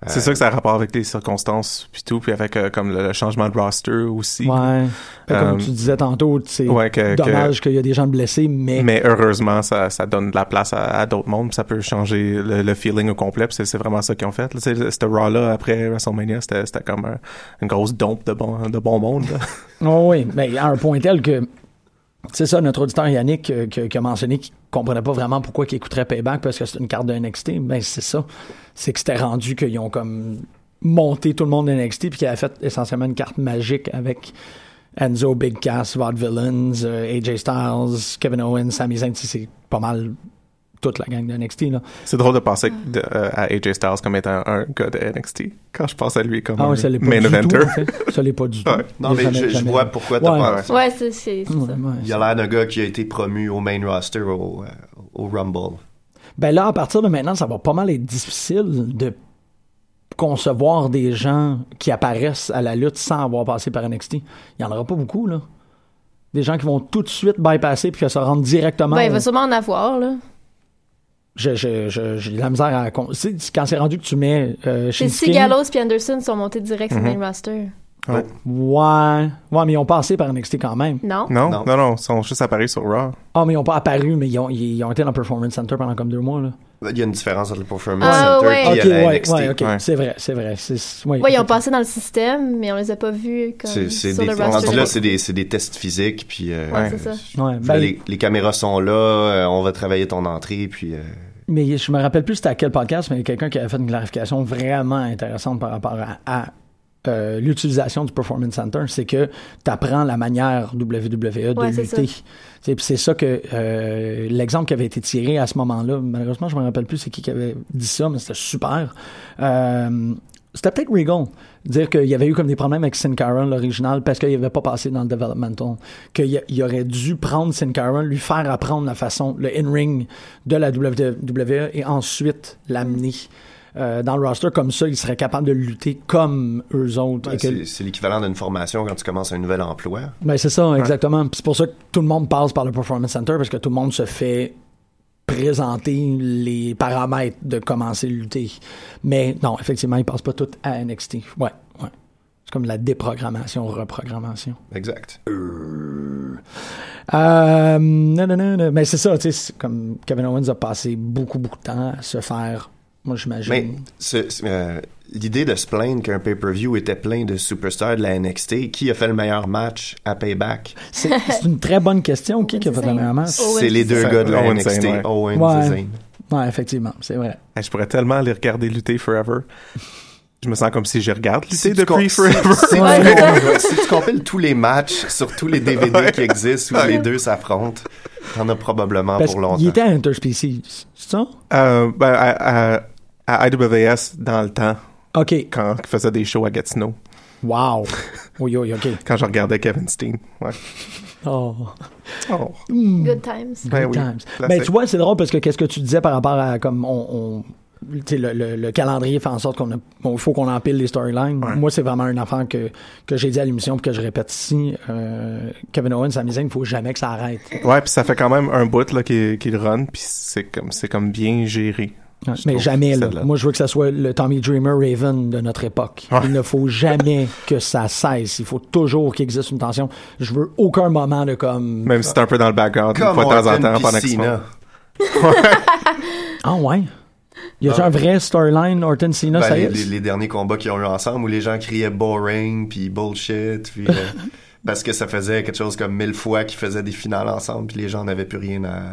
F: Ben,
E: C'est sûr que ça a rapport avec les circonstances, puis tout, puis avec euh, comme le, le changement de roster aussi.
C: Ouais. Fait que
E: Euh,
C: comme tu disais tantôt, c'est
E: ouais, que-
C: dommage qu'il y a des gens blessés, mais.
E: Mais heureusement, ça, ça donne de la place à, à d'autres mondes, puis ça peut changer le, le feeling au complet, puis c'est c'est vraiment ça qu'ils ont fait. là. Tu sais, C'était Raw-là, après WrestleMania, c'était c'était comme un- une grosse dompe de bon, de bon monde. là.
C: Oh oui, mais à un point tel que. C'est ça, notre auditeur Yannick euh, qui, qui a mentionné qu'il comprenait pas vraiment pourquoi il écouterait Payback parce que c'est une carte de NXT. Ben, c'est ça. C'est que c'était rendu qu'ils ont comme monté tout le monde de NXT puis qu'ils avaient fait essentiellement une carte magique avec Enzo, Big Cass, Rod Villains, euh, AJ Styles, Kevin Owens, Sami Zayn. Tu sais, C'est pas mal toute la gang de NXT, là.
E: C'est drôle de penser de- euh, à AJ Styles comme étant un gars de NXT, quand je pense à lui comme
C: Ah
E: un
C: oui, ça l'est pas
E: main
C: du tout,
E: eventer.
C: en fait. Ça l'est pas du tout.
E: Ouais.
F: Non, mais
C: Jamais,
F: je, je
C: jamais.
F: vois pourquoi t'as
C: Ouais.
F: pas ça.
D: Ouais, c'est c'est- c'est ça.
C: Ouais,
F: Il a l'air d'un gars qui a été promu au main roster au, euh, au Rumble.
C: Ben là, à partir de maintenant, ça va pas mal être difficile de concevoir des gens qui apparaissent à la lutte sans avoir passé par NXT. Il y en aura pas beaucoup, là. Des gens qui vont tout de suite bypasser puis que ça rentre directement.
D: Ben, il va sûrement en avoir, là.
C: Je- je- je- J'ai de la misère à. con- C'est- c'est Quand c'est rendu que tu mets euh,
D: C'est
C: Shinsuke-
D: si Gallows puis Anderson sont montés direct sur le
E: Mm-hmm.
D: main roster.
C: Ouais. Ouais, mais ils ont passé par NXT quand même.
D: Non?
E: Non,
F: Non.
E: non, non, ils sont juste apparus sur Raw.
C: Ah, mais ils ont pas apparu, mais ils ont, ils ont été dans le Performance Center pendant comme deux mois, là.
F: Il y a une différence entre le Performance
D: Ah,
F: Center
D: ouais.
F: et
D: Puis
C: Ok,
F: à la
C: ouais,
F: NXT.
C: ouais, ok.
E: ouais.
C: C'est vrai, c'est vrai. C'est- ouais,
D: Ouais, ils ont
C: effectivement.
D: passé dans le système, mais on les a pas vus comme
F: C'est c'est
D: sur
F: des,
D: le
F: rendu
D: roster.
F: là, c'est des, c'est des tests physiques, puis euh,
D: Ouais, c'est ça.
C: Ouais, ben,
F: là, les, les caméras sont là, euh, on va travailler ton entrée, puis... euh,
C: Mais je me rappelle plus c'était à quel podcast, mais il y a quelqu'un qui avait fait une clarification vraiment intéressante par rapport à, à, euh, l'utilisation du Performance Center. C'est que tu apprends la manière WWE de
D: Ouais, c'est
C: lutter. C'est- Puis c'est ça que euh, l'exemple qui avait été tiré à ce moment-là, malheureusement, je me rappelle plus c'est qui qui avait dit ça, mais c'était super. Euh, c'était peut-être Regal, dire qu'il y avait eu comme des problèmes avec Sin Cara, l'original, parce qu'il n'avait pas passé dans le developmental. Qu'il il aurait dû prendre Sin Cara, lui faire apprendre la façon, le in-ring de la WWE et ensuite l'amener euh, dans le roster. Comme ça, il serait capable de lutter comme eux autres.
F: ouais,
C: et que-
F: c'est- C'est l'équivalent d'une formation quand tu commences un nouvel emploi.
C: ben, c'est ça, exactement. Puis c'est pour ça que tout le monde passe par le Performance Center parce que tout le monde se fait présenter les paramètres de commencer à lutter. Mais non, effectivement, ils passent pas tout à NXT. Ouais, ouais. C'est comme la déprogrammation, reprogrammation.
F: Exact.
C: Euh, non, non, non, non. Mais c'est ça, tu sais, c'est comme Kevin Owens a passé beaucoup, beaucoup de temps à se faire, moi j'imagine.
F: Mais ce- ce- euh, l'idée de se plaindre qu'un pay-per-view était plein de superstars de la NXT, qui a fait le meilleur match à Payback
C: C'est c'est une très bonne question. Qui, qui a fait la meilleure match?
F: C'est les deux
E: Zayn.
F: gars de la
E: Owens,
F: NXT,
E: Zayn, ouais.
F: Owens
C: Ouais.
F: et Zayn.
C: Ouais, effectivement, c'est vrai.
E: Eh, Je pourrais tellement les regarder lutter forever. Je me sens comme si je regarde lutter
F: Si tu com-
E: depuis
F: si-
E: forever.
F: si tu
D: Ouais,
F: com- Si tu compiles tous les matchs sur tous les DVD qui existent où les deux s'affrontent, t'en as probablement
C: Parce
F: pour
C: qu'il
F: longtemps.
C: était à Interspecies, c'est ça?
E: Euh, ben, à, à- à IWS dans le temps,
C: OK.
E: quand il faisait des shows à Gatineau,
C: Wow. Oui, oui, OK.
E: quand je regardais Kevin Steen. Ouais.
C: Oh.
E: Oh,
D: Good times.
E: ben oui.
C: Times. Hmm. Ben,
E: Classique.
C: tu vois, c'est drôle parce que qu'est-ce que tu disais par rapport à comme on. on- tu sais, le, le- le calendrier fait en sorte qu'on a, bon, il faut qu'on empile les storylines. Moi, c'est vraiment un enfant que, que j'ai dit à l'émission et que je répète ici. euh, Kevin Owens, sa misaine, il faut jamais que ça arrête.
E: Ouais, puis ça fait quand même un bout là, qu'il qu'il run, puis c'est comme, c'est comme bien géré.
C: Ouais,
E: Je
C: mais
E: trouve,
C: jamais, là.
E: celle-là.
C: Moi, je veux que ça soit le Tommy Dreamer Raven de notre époque.
E: Ouais.
C: Il ne faut jamais que ça cesse. Il faut toujours qu'il existe une tension. Je veux aucun moment de comme.
E: Même si c'est un peu dans le background, une
F: Comme
E: fois de temps en
F: Orton
E: temps,
F: pis
E: pendant que
F: Cena.
C: Ah ouais? Y
E: Ah
C: a-tu un vrai storyline, Orton Cena,
F: Ben,
C: ça y
F: les,
C: est?
F: les- les derniers combats qu'ils ont eu ensemble où les gens criaient boring puis bullshit puis euh, parce que ça faisait quelque chose comme mille fois qu'ils faisaient des finales ensemble puis les gens n'avaient plus rien à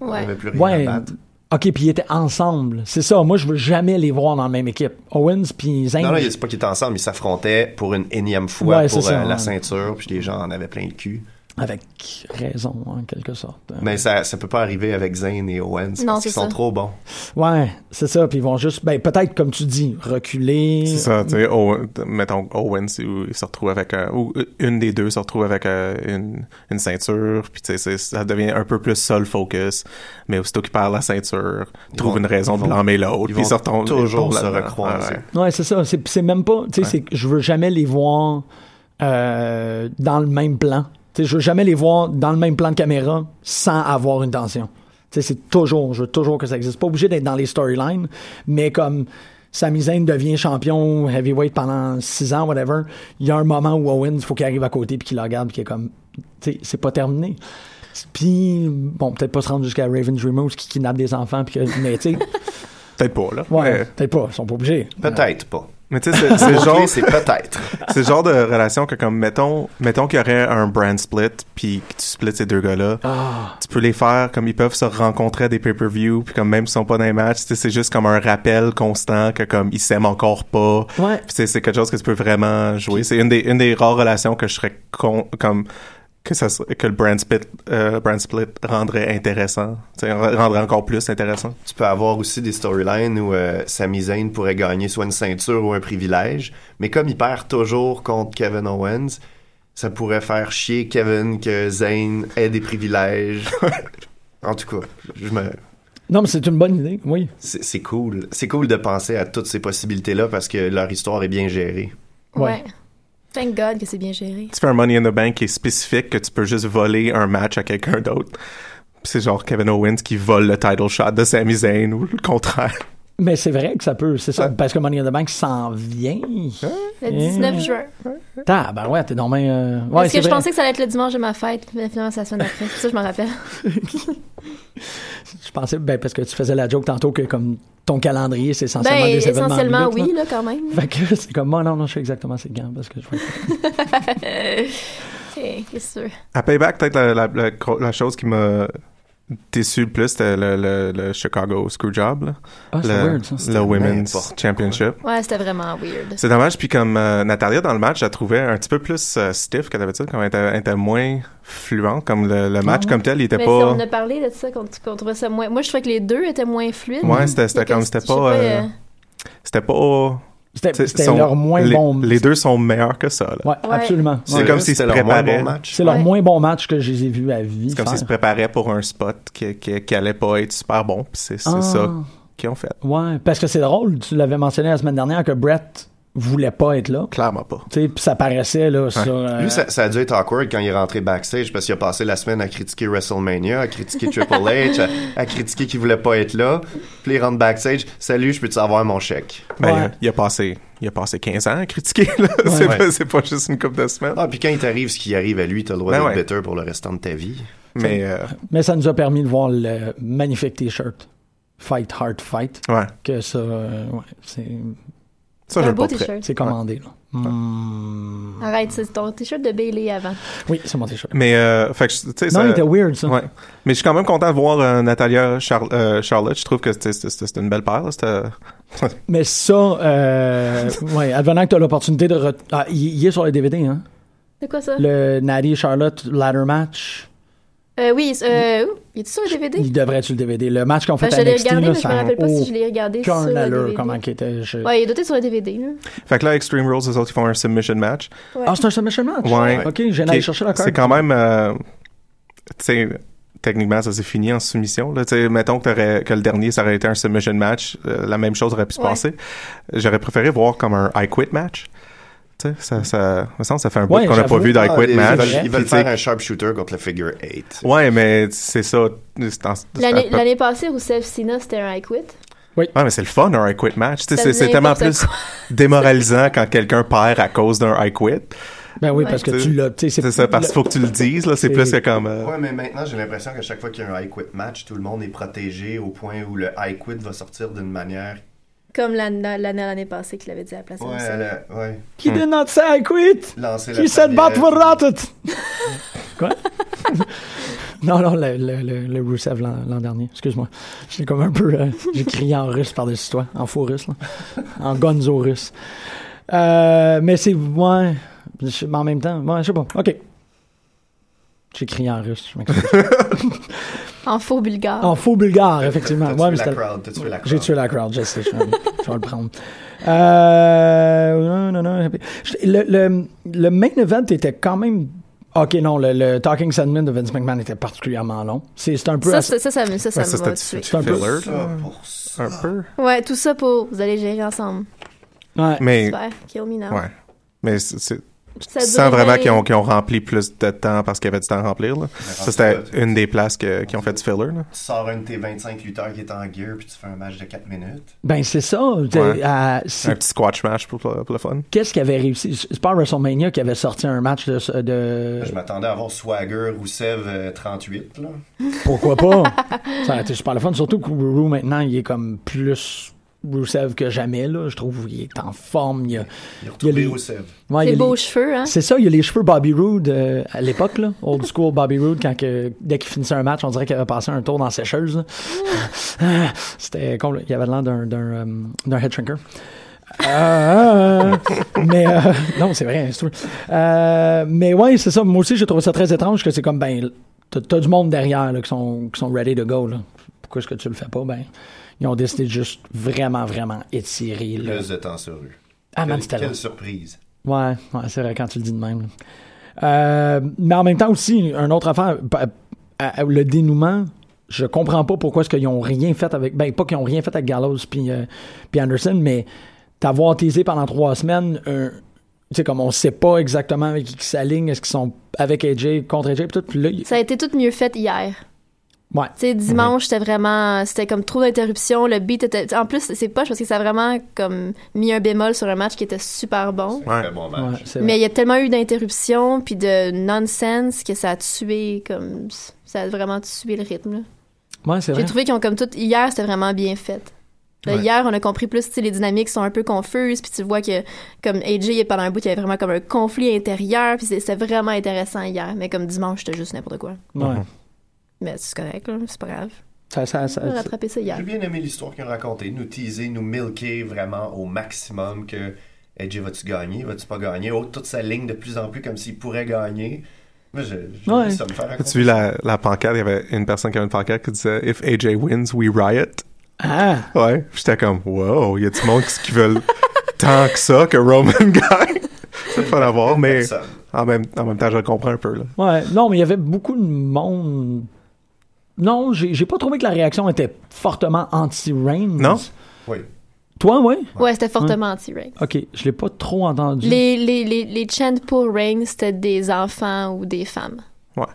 D: Ouais.
F: n'avaient plus rien
C: Ouais.
F: à battre.
C: OK, puis ils étaient ensemble. C'est ça. Moi, je veux jamais les voir dans la même équipe. Owens puis Zayn.
F: Non, non, c'est pas qu'ils étaient ensemble, ils s'affrontaient pour une énième fois
C: Ouais,
F: pour
C: c'est ça,
F: euh, la
C: ouais.
F: ceinture, puis les gens en avaient plein le cul.
C: Avec raison, en quelque sorte.
F: Mais ça, ça peut pas arriver avec Zayn et Owens
D: Non,
F: parce
D: c'est
F: qu'ils sont
D: ça.
F: trop bons.
C: Ouais, c'est ça. Puis ils vont juste, ben, peut-être, comme tu dis, reculer.
E: C'est ça, tu sais, Owen- mettons Owens, où il se retrouve avec un- ou euh, une des deux se retrouve avec euh, une, une ceinture, puis tu sais, c'est- ça devient un peu plus seul focus, mais aussitôt qu'il perd la ceinture, il trouve
F: vont-
E: une raison de blâmer l'autre, puis
F: Ils vont
E: il se retombe
F: toujours
E: il
F: se
E: tombe là-dedans.
F: recroiser.
E: Ouais, ouais.
C: Ouais, c'est ça. C'est, c'est même pas. Tu sais, c'est que je veux jamais les voir euh, dans le même plan. Tu sais, je veux jamais les voir dans le même plan de caméra sans avoir une tension. Tu sais, c'est toujours. Je veux toujours que ça existe. Pas obligé d'être dans les storylines, mais comme. Sami Zayn devient champion heavyweight pendant 6 ans, whatever. Il y a un moment où Owens, il faut qu'il arrive à côté puis qu'il la regarde puis qu'il est comme, tu sais, c'est pas terminé. Puis, bon, peut-être pas se rendre jusqu'à Raven Dreamers qui kidnappe des enfants puis que, mais tu sais,
E: Peut-être pas, là.
C: ouais,
E: Mais,
C: peut-être pas, ils sont pas obligés.
F: Peut-être pas.
E: mais tu sais, c'est- c'est
F: Le
E: le genre,
F: mot-clé, c'est peut-être.
E: c'est le genre de relation que, comme, mettons, mettons qu'il y aurait un brand split, puis que tu splits ces deux gars-là, tu peux les faire comme ils peuvent se rencontrer à des pay-per-view, puis comme même s'ils sont pas dans les matchs, tu sais, c'est juste comme un rappel constant que, comme, ils s'aiment encore pas.
C: Ouais.
E: Puis c'est- c'est quelque chose que tu peux vraiment jouer. C'est une des, une des rares relations que je serais con- comme que ça serait- que le brand split euh, brand split rendrait intéressant, Tu sais, re- rendrait encore plus intéressant.
F: Tu peux avoir aussi des storylines où euh, Sami Zayn pourrait gagner soit une ceinture ou un privilège, mais comme il perd toujours contre Kevin Owens, ça pourrait faire chier Kevin que Zayn ait des privilèges. en tout cas, je me...
C: Non, mais c'est une bonne idée, oui.
F: c'est c'est cool. C'est cool de penser à toutes ces possibilités-là parce que leur histoire est bien gérée.
D: Ouais.
C: Ouais.
D: Thank God que c'est bien géré.
E: Tu fais un money in the bank qui est spécifique que tu peux juste voler un match à quelqu'un d'autre. Puis C'est genre Kevin Owens qui vole le title shot de Sami Zayn ou le contraire.
C: Mais c'est vrai que ça peut, c'est ça, parce que Money in the Bank s'en vient.
D: Le 19
C: Eh.
D: juin.
C: Ah, ben ouais, t'es dans euh... ouais,
D: Parce que
C: c'est
D: je
C: vrai.
D: pensais que ça allait être le dimanche de ma fête, mais finalement, c'est la semaine d'après. C'est ça, je m'en rappelle.
C: Je pensais, ben, parce que tu faisais la joke tantôt que comme ton calendrier, c'est essentiellement
D: Ben,
C: des événements.
D: essentiellement,
C: de lutte, là.
D: oui, là, quand même.
C: Fait que c'est comme, moi, non, non, je sais exactement c'est quand, parce que je
D: Eh, c'est sûr.
E: À Payback, peut-être la, la- la gro- la chose qui m'a déçu le plus, c'était le, le- le Chicago Screwjob, là.
C: Ah, c'est
E: le,
C: weird, ça.
E: le Women's
F: n'importe
E: Championship.
D: Ouais, c'était vraiment weird.
E: C'est dommage, puis comme euh, Natalia dans le match, je la trouvais un petit peu plus euh, stiff que d'habitude, comme elle était, elle était moins fluente, comme le, le match comme tel, il était
D: Ah Mais si
E: pas...
D: on a parlé de ça, qu'on qu'on trouvait ça moins. Moi, je trouvais que les deux étaient moins fluides.
E: Ouais, c'était- c'était
D: Mais que
E: comme- c'était
D: je sais
E: pas, euh,
D: euh,
E: C'était pas...
C: C'était,
E: t'sais,
C: c'était
E: sont-
C: leur moins
E: les,
C: bon.
E: Les deux sont meilleurs que ça, là.
C: Ouais, absolument.
E: C'est
C: Ouais.
E: comme
F: Là,
E: s'ils se
F: c'était leur moins
E: préparaient.
F: bon match.
C: C'est leur
D: Ouais.
C: moins bon match que je les ai vus à vie.
E: C'est comme
C: faire.
E: s'ils se préparaient pour un spot qui, qui, qui allait pas être super bon, puis c'est c'est
C: Ah.
E: ça qu'ils ont fait.
C: Ouais, parce que c'est drôle, tu l'avais mentionné la semaine dernière que Brett voulait pas être là.
E: Clairement pas.
C: Tu sais, puis ça paraissait, là, sur. euh,
F: Lui, ça, ça a dû être awkward quand il est rentré backstage parce qu'il a passé la semaine à critiquer WrestleMania, à critiquer Triple H, à, à critiquer qu'il voulait pas être là. Puis il rentre backstage. Salut, je peux-tu avoir mon chèque?
E: Ben,
C: Ouais.
E: il, a passé, il a passé 15 ans à critiquer, là. c'est
F: Ouais.
E: pas- c'est pas, juste une couple de semaines.
F: Ah, puis quand il t'arrive ce qui arrive à lui, t'as le droit
E: Ben
F: d'être
E: ouais.
F: bitter pour le restant de ta vie.
E: Mais euh,
C: Mais ça nous a permis de voir le magnifique T-shirt Fight Hard Fight.
E: ouais,
C: Que ça, euh, ouais, c'est,
E: ça, je
D: un
E: le
D: beau
E: porterai.
D: t-shirt.
C: c'est commandé. là. Mm.
D: Arrête, c'est ton t-shirt de Bailey avant.
C: Oui, c'est mon T-shirt.
E: Mais, euh, fait que, tu sais,
C: Non,
E: ça-
C: il était weird, ça.
E: Ouais. Mais je suis quand même content de voir euh, Natalia Char- euh, Charlotte. Je trouve que c'est- c'est c'est- c'est une belle paire. là. C'est, euh,
C: Mais ça, euh, ouais, advenant que tu as l'opportunité de. re- Ah, il il est sur le DVD, hein?
D: C'est quoi ça?
C: Le Natty Charlotte Ladder Match.
D: Euh, oui, c'est- euh, ouh, il est sur le DVD?
C: Il devrait être sur le DVD. Le match qu'on
D: Enfin,
C: fait
D: Ben, je
C: à
D: l'ai
C: NXT,
D: regardé,
C: là,
D: mais je
C: ça
D: me
C: n'a
D: rappelle pas si je l'ai regardé sur euh,
C: aucun
D: le
C: allure
D: DVD.
C: comment qu'il était. je-
D: Ouais, il est doté sur le DVD. là.
E: Fait que là, Extreme Rules, eux autres, ils font un submission match.
C: Ah, c'est un submission match?
E: Ouais.
C: Ok, j'ai allé
E: Qui-
C: chercher la carte.
E: C'est quand même, euh, tu sais, techniquement, ça s'est fini en soumission. Là. Tu sais, Mettons que, t'aurais- que le dernier, ça aurait été un submission match. euh, la même chose aurait pu se
D: Ouais.
E: passer. J'aurais préféré voir comme un I Quit match. Tu sais, ça, ça, me semble que ça fait un bout
C: Ouais,
E: qu'on n'a pas
C: j'avoue.
E: vu d'I
F: Ah,
E: Quit
F: ils,
E: match.
F: veulent, ils
E: Puis,
F: veulent
E: tu sais,
F: faire un sharpshooter contre le figure 8.
E: Ouais, mais c'est ça. c'est en- c'est à
D: L'année
E: peu-
D: l'année passée, Rousseff Sina, c'était un I Quit.
E: Ouais, mais c'est le fun, un I quit match. Tu sais,
D: Ça
E: C'est c'est
D: devient
E: tellement
D: n'importe
E: plus démoralisant quand quelqu'un perd à cause d'un I quit.
C: Ben oui, parce que
E: Ouais.
C: tu l'as. tu sais,
E: C'est ça, parce qu'il faut que tu le dises. là, C'est
C: C'est-
E: plus que comme. euh,
F: Ouais, mais maintenant, j'ai l'impression qu'à chaque fois qu'il y a un high quit match, tout le monde est protégé au point où le high quit va sortir d'une manière.
D: Comme la- la- l'année l'année passée qu'il avait dit à la place de
F: Ouais,
D: Rousseff.
F: elle a- ouais.
C: Qui did not say I quit?
F: Lancer la
C: Qui said
F: première-
C: but we're rotted? Quoi? non, non, le, le, le, le Rousseff l'an l'an dernier. Excuse-moi. J'ai comme un peu. euh, J'ai crié en russe par-dessus toi. En faux russe, là. En gonzo russe. Euh, mais c'est. Ouais. je- Mais en même temps. Ouais, je sais pas. OK. J'ai crié en russe. je m'excuse.
D: En faux bulgare.
C: En faux bulgare, effectivement.
F: T'as
C: Ouais, mais
F: tué la
C: c'était-
F: crowd, t'as tué la crowd.
C: J'ai tué la crowd, je sais, je vais, je vais le prendre. Euh, non, non, non. Je- Le, le, le main event était quand même. Ok, non, le, le Talking Sandman de Vince McMahon était particulièrement long. C'est c'est un peu.
D: Ça,
C: à-
D: c'est- ça, ça, me- ça, ça
E: ouais, ça,
D: m'a
E: c'était
D: tué.
E: du
C: C'est un peu-
E: filler, là,
F: Ça, pour ça.
E: Un peu.
D: Ouais, tout ça pour vous allez gérer ensemble.
C: ouais.
E: Mais,
D: Super, Kiyomi now.
E: ouais. Mais c'est- c'est-
D: Ça
E: tu
D: dure
E: sens vraiment
D: vingt-
E: qu'ils ont, qu'ils ont rempli plus de temps parce qu'il y avait du temps à remplir. Là. Ça, c'était
F: rendu là,
E: une des places que- qui ont fait du filler. Là.
F: Tu sors un de tes 25 lutteurs qui est en gear, puis tu fais un match de 4 minutes.
C: Ben, c'est ça. T'es-
E: Ouais.
C: à- c'est-
E: Un petit squash match pour, pour le fun.
C: Qu'est-ce qui avait réussi C'est pas à WrestleMania qui avait sorti un match de. ce- de-
F: Je m'attendais à avoir Swagger Rousseff euh, 38, là.
C: Pourquoi pas Ça aurait été super le fun. Surtout que Ruru, maintenant, il est comme plus Rusev que jamais. Là. Je trouve qu'il est en forme. Il a,
F: Il a retrouvé
C: les-
F: Rousseff.
C: ouais, il
D: Ses
C: a
D: beaux
C: les-
D: cheveux, hein.
C: C'est ça, il y a les cheveux Bobby Roode euh, à l'époque, là, old school Bobby Roode, quand que, dès qu'il finissait un match, on dirait qu'il avait passé un tour dans la sécheuse. là. Ah, C'était compl- il avait l'air d'un d'un euh, d'un head shrinker. Euh, mais euh, non, c'est vrai, c'est true. Euh, mais ouais, c'est ça. Moi aussi, j'ai trouvé ça très étrange que c'est comme ben, t'as t'as du monde derrière là, qui sont qui sont ready to go là. Pourquoi est-ce que tu le fais pas Ben, ils ont décidé de juste vraiment vraiment étirer le.
F: Plus de temps sur eux.
C: Ah man,
F: Quelle,
C: c'était long.
F: quelle surprise.
C: Ouais, ouais, c'est vrai quand tu le dis de même. là. Euh, mais en même temps aussi, un autre affaire, pa- à- à- le dénouement, je comprends pas pourquoi est-ce qu'ils ont rien fait avec, ben pas qu'ils ont rien fait avec Gallows puis euh, puis Anderson, mais t'avoir teasé pendant trois semaines, un- tu sais comme on sait pas exactement avec qui ils s'alignent, est-ce qu'ils sont avec AJ, contre AJ, puis tout, puis là, il-
D: Ça a été tout mieux fait hier.
C: ouais,
D: Tu sais, dimanche, c'était vraiment. C'était comme trop d'interruptions. Le beat était. En plus, c'est poche parce que ça a vraiment comme mis un bémol sur un match qui était super bon.
E: Ouais.
F: Très bon
C: ouais,
F: match.
C: c'est vrai.
D: Mais il y a tellement eu d'interruptions puis de nonsense que ça a tué comme. Ça a vraiment tué le rythme. là.
C: Ouais, c'est vrai.
D: J'ai trouvé qu'ils ont comme tout. Hier, c'était vraiment bien fait. Là,
E: Ouais.
D: Hier, on a compris plus, tu sais, les dynamiques sont un peu confuses, puis tu vois que, comme AJ, il y a pendant un bout, il y avait vraiment comme un conflit intérieur, puis c'est- c'était vraiment intéressant hier. Mais comme dimanche, c'était juste n'importe quoi.
C: Ouais.
D: Mais c'est correct, là, c'est pas grave.
C: Ça- ça- ça-
D: On a rattrapé ça hier.
F: J'ai bien aimé l'histoire qu'ils ont racontée. Nous teaser, nous milker vraiment au maximum que AJ, vas-tu gagner, vas-tu pas gagner? Oh, toute sa ligne de plus en plus comme s'il pourrait gagner. Moi, je, j'ai
C: Ouais.
F: aimé ça me faire raconter.
E: As-tu vu la, la pancarte? Il y avait une personne qui avait une pancarte qui disait If AJ wins, we riot.
C: Ah,
E: Ouais. Puis J'étais comme, wow, il y a du monde qui, qui veulent tant que ça que Roman gagne. C'est le fun à voir, mais
F: Personne.
E: en même, en même temps, je le comprends un peu. Là.
C: Ouais, non, mais il y avait beaucoup de monde. Non, j'ai j'ai pas trouvé que la réaction était fortement anti-Reigns.
E: Non?
F: Oui.
C: Toi, ouais?
D: Ouais, c'était fortement anti-Reigns.
C: Ok, je l'ai pas trop entendu.
D: Les, les, les, les chants pour Reigns, c'était des enfants ou des femmes.
E: Ouais.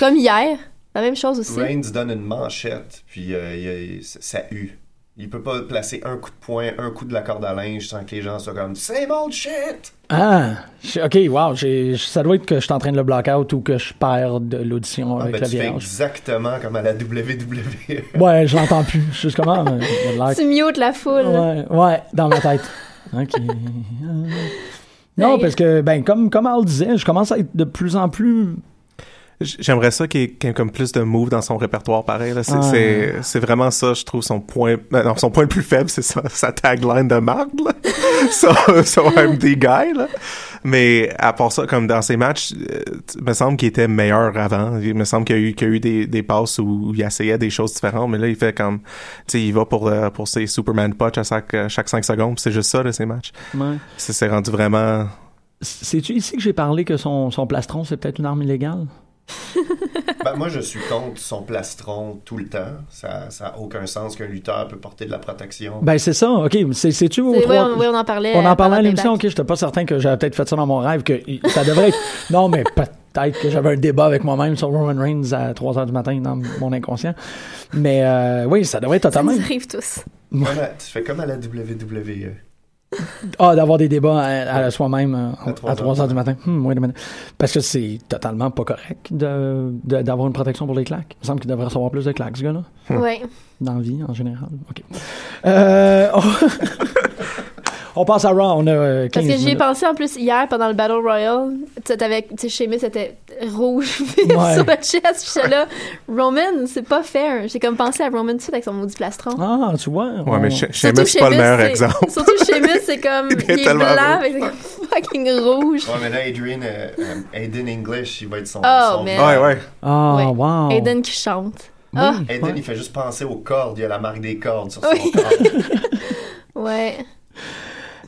D: Comme hier, la même chose aussi.
F: Reigns donne une manchette, puis euh, il- il- ça hue. Il peut pas placer un coup de poing, un coup de la corde à linge sans que les gens soient comme Same old shit!
C: Ah, je- ok, wow, j'ai- ça doit être que je suis en train de le blackout ou que je perds de l'audition
F: Ah,
C: avec
F: ben,
C: le
F: tu fais
C: virage.
F: exactement comme à la E. WWE.
C: Ouais, je l'entends plus. Je suis ah, juste comment?
D: Tu mutes la foule.
C: Ouais, ouais, dans ma tête. OK. Euh, Non, parce que, ben, comme, comme Al disait, je commence à être de plus en plus.
E: J- J'aimerais ça qu'il y ait- qu'il y ait comme plus de moves dans son répertoire, pareil. là. C'est-
C: Ah.
E: C'est c'est vraiment ça, je trouve, son point... euh, non, son point le plus faible, c'est sa, sa tagline de marde, là. so, so I'm the guy, là. Mais à part ça, comme dans ses matchs, euh, t- me semble qu'il était meilleur avant. Il me semble qu'il y a eu, qu'il y a eu des, des passes où il essayait des choses différentes, mais là, il fait comme... Tu sais, il va pour, euh, pour ses Superman Punch à chaque, euh, chaque 5 secondes, puis c'est juste ça, là, ses matchs. C'est c'est rendu vraiment...
C: C'est-tu ici que j'ai parlé que son, son plastron, c'est peut-être une arme illégale?
F: Ben, moi, je suis contre son plastron tout le temps. Ça n'a aucun sens qu'un lutteur peut porter de la protection.
C: Ben, c'est ça. OK, c'est- c'est-tu au
D: C'est- ouais,
C: trois-
D: on, ouais, on en parlait.
C: On
D: euh,
C: en parlait
D: pendant
C: à
D: le
C: l'émission, ok,
D: playback.
C: j'étais pas certain que j'avais peut-être fait ça dans mon rêve, que i- ça devrait être... Non, mais peut-être que j'avais un débat avec moi-même sur Roman Reigns à 3 h du matin dans mon inconscient. Mais euh, oui, ça devrait être
D: Ça
C: totalement...
D: nous arrive tous.
F: Comme à- tu fais comme à la E. WWE.
C: Ah, d'avoir des débats à, à soi-même euh,
F: À trois
C: à 3
F: heures.
C: h du matin. Hmm, wait a minute. Parce que c'est totalement pas correct de- de- d'avoir une protection pour les claques. Il me semble qu'il devrait recevoir plus de claques, ce gars-là,
D: ouais.
C: dans la vie en général. OK. Euh, on... on passe à Raw, on a euh, 15
D: Parce que j'y ai
C: minutes.
D: pensé en plus hier pendant le Battle Royal. Tu sais, t'avais- tu sais, Sheamus était rouge vif
C: Ouais.
D: sur le chest. Puis j'étais là, Roman, c'est pas fair. J'ai comme pensé à Roman tout de suite avec son maudit plastron.
C: Ah, tu vois.
E: Ouais,
C: on-
E: mais She- Sheamus,
D: Surtout
E: c'est pas le
D: Sheamus,
E: meilleur
D: c'est-
E: exemple.
D: Surtout Sheamus, c'est comme.
E: Il
D: Il
E: est
D: est,
E: tellement
D: blanc
E: beau.
D: avec comme fucking rouge.
F: Ouais, mais là, Adrian, euh, euh, Aiden English, il va être son.
D: Oh,
F: son-
D: man.
E: Ouais, ouais.
C: Ah,
D: Ouais.
C: wow.
D: Aiden qui chante.
C: Oui,
D: Ah.
C: ouais.
F: Aiden, il fait juste penser aux cordes. Il y a la marque des cordes sur son
D: Oui.
F: corps.
D: Ouais.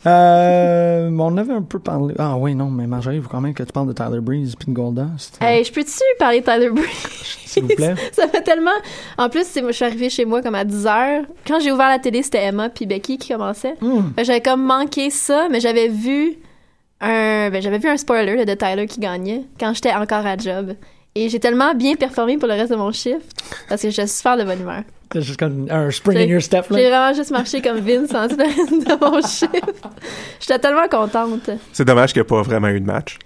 D: Ah.
C: Euh, on avait un peu parlé. Ah oui, non, mais Marjorie, il faut quand même que tu parles de Tyler Breeze puis de Goldust.
D: Hey, je peux-tu parler de Tyler Breeze?
C: S'il vous plaît.
D: Ça fait tellement. En plus, c'est- je suis arrivée chez moi comme à 10 heures. Quand j'ai ouvert la télé, c'était Emma puis Becky qui commençait.
C: Hmm.
D: Fait que J'avais comme manqué ça, mais j'avais vu un, ben, j'avais vu un spoiler là, de Tyler qui gagnait quand j'étais encore à job. Et j'ai tellement bien performé pour le reste de mon shift parce que j'étais super de bonne humeur.
C: C'est juste comme un spring in
D: J'ai-
C: your step, là.
D: J'ai vraiment juste marché comme Vince en dessous de de mon shift. J'étais tellement contente.
E: C'est dommage qu'il n'y a pas vraiment eu de match.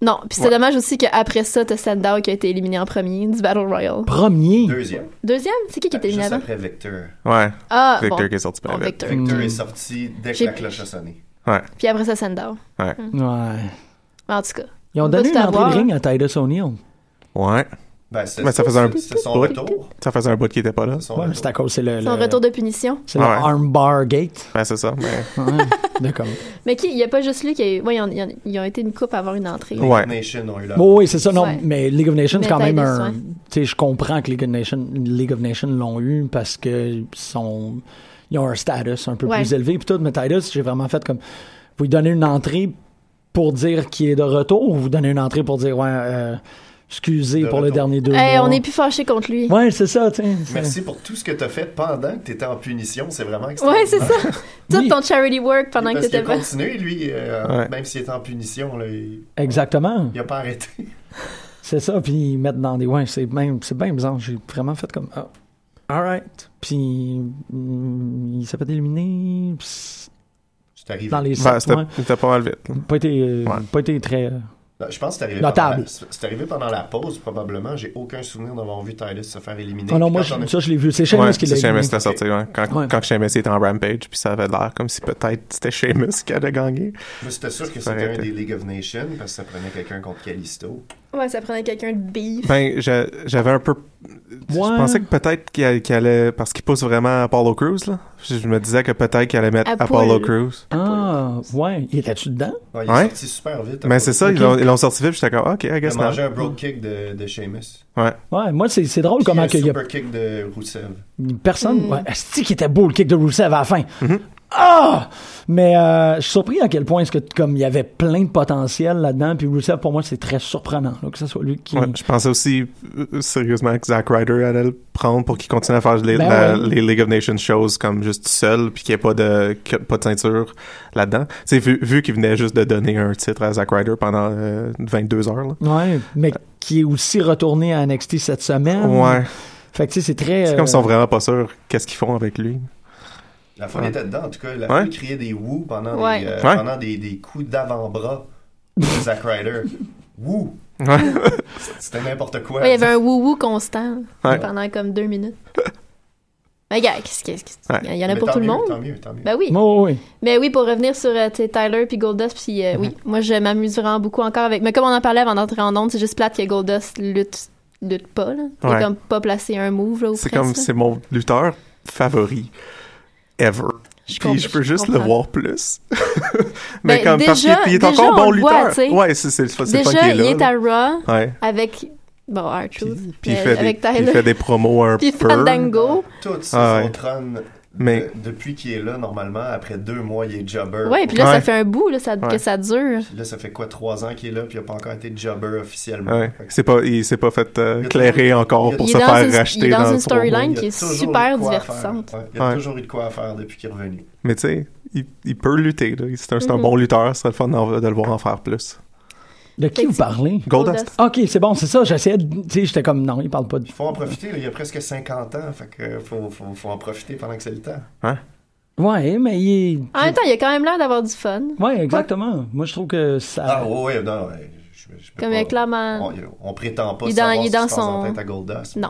D: Non, puis c'est dommage aussi qu'après ça, t'as Sandow qui a été éliminé en premier du Battle Royale.
C: Premier.
F: Deuxième.
D: Deuxième, c'est qui qui
E: Euh,
D: était
F: Juste
D: éliminé avant?
F: après Victor.
E: Ouais,
D: Ah,
E: Victor
D: bon.
E: qui est sorti par
D: Bon,
E: la
D: Victor.
F: Victor
C: Hmm.
F: est sorti dès que
D: J'ai-
F: la cloche a sonné.
E: Ouais.
D: Puis après ça, Sandow.
C: Ouais.
D: Mais en tout cas,
C: Ils ont
D: Pas
C: donné
D: tout
C: une
D: à
C: entrée
D: voir,
C: de ring à Titus O'Neill.
E: Ouais.
F: Ben, c'est-
E: Mais ça faisait un
F: c'est- C'est son
E: bout.
F: retour.
E: Ça faisait un bout qui était pas là.
F: C'est son
C: Ouais,
F: retour.
C: c'est à cause, c'est le,
D: son
C: le-
D: retour de punition.
C: c'est le
E: Ah Ouais.
C: armbar gate.
E: Ouais, Ben, c'est ça. Mais...
C: Ouais, de comme.
D: Mais qui, il n'y a pas juste lui qui a eu. Ouais, ils ont, ils ont- ils ont été une coupe avant une entrée.
E: Ouais.
F: Nation ont eu leur-
C: Bon, Ah oui, c'est ça. Non,
D: Ouais.
C: mais League of Nations, c'est
D: Mais
C: quand même
D: Titus,
C: un.
D: ouais.
C: Tu sais, je comprends que League of Nations, League of Nations l'ont eu parce que ils sont, ils ont un status un peu
D: Ouais.
C: plus élevé puis tout. Mais Titus, j'ai vraiment fait comme, vous lui donnez une entrée pour dire qu'il est de retour ou vous donnez une entrée pour dire ouais, euh, excusez
F: De
C: pour le
F: retour.
C: dernier deux
D: Hey,
C: mois.
D: on est plus fâchés contre lui.
C: Ouais, c'est ça. tu sais, c'est-
F: Merci pour tout ce que t'as fait pendant que t'étais en punition. C'est vraiment
D: Ouais,
F: extraordinaire.
D: c'est ça. Tout
C: Oui.
D: ton charity work pendant que
F: Parce qu'il
D: t'étais
F: a
D: pas.
F: continué, lui, euh,
E: Ouais.
F: même s'il était en punition, là, il
C: Exactement.
F: n'a pas arrêté.
C: C'est ça, puis ils mettent dans des. Ouais, c'est même, c'est bien bizarre. J'ai vraiment fait comme. Ah, alright. Puis mm, il s'est fait éliminer pss,
F: C'est arrivé.
C: dans les
E: Ouais,
C: sept.
E: Ben, c'était
C: ouais.
E: c'était pas mal vite. là.
C: Pas été, euh,
E: Ouais.
C: pas été très. euh,
F: Non, Ben, Je pense que c'est arrivé,
C: Notable.
F: pendant la, c'est arrivé pendant la pause, probablement. J'ai aucun souvenir d'avoir vu Titus se faire éliminer.
C: Ah non,
F: Puis
C: moi,
F: quand on
C: je-
F: a-
C: ça, je l'ai vu. C'est Seamus
E: Ouais,
C: qui
E: c'est
C: l'a
E: Sheamus
C: éliminé.
E: qui a sorti. Ouais. Quand,
C: Ouais.
E: quand Sheamus était en Rampage, puis ça avait l'air comme si peut-être c'était Sheamus qui allait gagner.
F: moi, j'étais sûr que
E: Ça
F: c'était
E: aurait
F: un
E: été.
F: des League of Nations parce que ça prenait quelqu'un contre Callisto.
D: Ouais, ça prenait quelqu'un de beef.
E: Ben, je- j'avais un peu. Je
C: Ouais.
E: pensais que peut-être qu'il allait, qu'il allait- Parce qu'il pousse vraiment Apollo Crews, là. Je je me disais que peut-être qu'il allait mettre
D: Apollo.
E: Apollo Crews.
C: Ah, ouais. Il était-tu dedans?
F: Ouais, il est
E: Ouais.
F: sorti super vite.
E: Mais Ben, c'est ça,
C: Ok.
E: ils l'ont- ils l'ont sorti vite, puis j'étais comme, ok, I
F: Il a
E: guess not.
F: mangé un broke kick de, de Sheamus.
C: Ouais, moi, c'est c'est drôle
F: Puis
C: comment
F: un
C: qu'il y a
F: super kick de Rousseff.
C: personne.
D: Mm.
C: Ouais, Asti qui était beau le kick de Rusev à la fin.
E: Mm-hmm.
C: Ah! Mais euh, je suis surpris à quel point est-ce que comme il y avait plein de potentiel là-dedans, puis Rusev pour moi c'est très surprenant là, que ce soit lui qui.
E: Ouais, je pensais aussi euh, sérieusement que Zack Ryder allait le prendre pour qu'il continue à faire les,
C: Ben
E: la-
C: ouais.
E: les League of Nations shows comme juste seul puis qu'il n'y ait pas de que- pas de ceinture là-dedans. Tu sais, vu, vu qu'il venait juste de donner un titre à Zack Ryder pendant euh, 22 heures. Là.
C: Ouais, mais qui est aussi retourné à NXT cette semaine.
D: Ah,
E: Ouais,
C: Fait que tu sais, c'est très.
E: c'est
C: euh,
E: comme ils sont vraiment pas sûrs qu'est-ce qu'ils font avec lui.
F: La foule
E: Ouais.
F: était dedans, en tout cas. La
E: Ouais.
F: foule criait des wou pendant,
D: Ouais.
F: des, euh,
E: Ouais.
F: pendant des, des coups d'avant-bras de Zack Ryder. Wou!
E: Ouais.
F: C'était n'importe quoi.
D: Ouais, il y avait un wou-wou constant
E: Ouais.
D: pendant comme deux minutes. Mais gars, qu'est-ce que- qu'est-ce que-
E: Ouais.
D: Il y en a
F: Mais
D: pour
F: tant
D: tout le
F: mieux,
D: monde.
F: Tant mieux, tant mieux.
D: Ben oui.
C: Bon, oui.
D: Mais oui, pour revenir sur euh, tu sais, Tyler puis Goldust, puis euh,
E: Mhm.
D: oui, moi je m'amuse vraiment beaucoup encore avec. Mais comme on en parlait avant d'entrer en onde, c'est juste plate que Goldust lutte, lutte pas. Là. Il
E: Ouais.
D: est comme pas placé un move là, ou
E: C'est
D: presque,
E: comme,
D: là.
E: c'est mon lutteur favori ever.
D: comprends-
E: Puis je peux juste le
D: comprends.
E: voir plus.
D: Ben,
E: parce qu'il
D: déjà-
E: est- il est
D: déjà,
E: encore
D: on
E: bon
D: le voit, tu
E: lutteur.
D: sais.
E: ouais, c'est c'est- c'est le fun
D: Déjà,
E: qu'il
D: il
E: est
D: est
E: là.
D: à Raw
E: là. Ouais.
D: avec. Bon, R-Truth.
E: Puis, puis il
D: mais
E: fait des,
D: avec
E: puis il
D: Tyler.
E: fait des promos un
D: Puis
E: peu.
D: Fandango.
F: Tout
E: Ah
F: ça,
E: ouais.
F: son trône,
E: Mais-
F: de- euh, depuis qu'il est là, normalement, après deux mois, il est jobber.
D: Ouais, puis là,
E: Ouais.
D: ça fait un bout là, ça-
E: Ouais.
D: que ça dure.
F: Puis là, ça fait quoi, trois ans qu'il est là, puis il n'a pas encore été jobber officiellement.
E: Ouais.
F: Fait que
E: C'est pas, il s'est pas fait euh,
F: Il a
E: clairer
F: toujours-
E: encore pour
D: il
E: se
D: est dans
E: faire
D: une- il est
E: racheter
D: dans une
E: le promo.
D: storyline.
F: il y a
D: qui est
F: toujours
D: super
F: eu de quoi à
D: divertissante.
F: faire. Ouais, il y a
E: Ouais.
F: toujours eu de quoi à faire depuis qu'il est revenu.
E: Mais tu sais, il, il peut lutter. là. C'est un,
D: Mm-hmm.
E: c'est un bon lutteur. Ce serait le fun d'en- de le voir en faire plus.
C: De qui vous parlez?
E: Goldust.
C: OK, c'est bon, c'est ça. J'essayais de... Tu sais, j'étais comme, non, il parle pas de...
F: Il faut en profiter, là, il y a presque 50 ans, fait que faut, faut, faut en profiter pendant que c'est le temps.
E: Hein?
C: Ouais, mais il est...
D: En même temps, il a quand même l'air d'avoir du fun.
C: Ouais, exactement. Moi, je trouve que ça...
F: Ah, ouais, ouais, non, ouais, je, je peux
D: Comme
F: pas-
D: euh, clairement.
F: on, on prétend pas
D: Il est dans-
F: savoir
D: il est
F: ce qui
D: dans
F: se passe dans
D: son-
F: la tête à Goldust.
D: Non.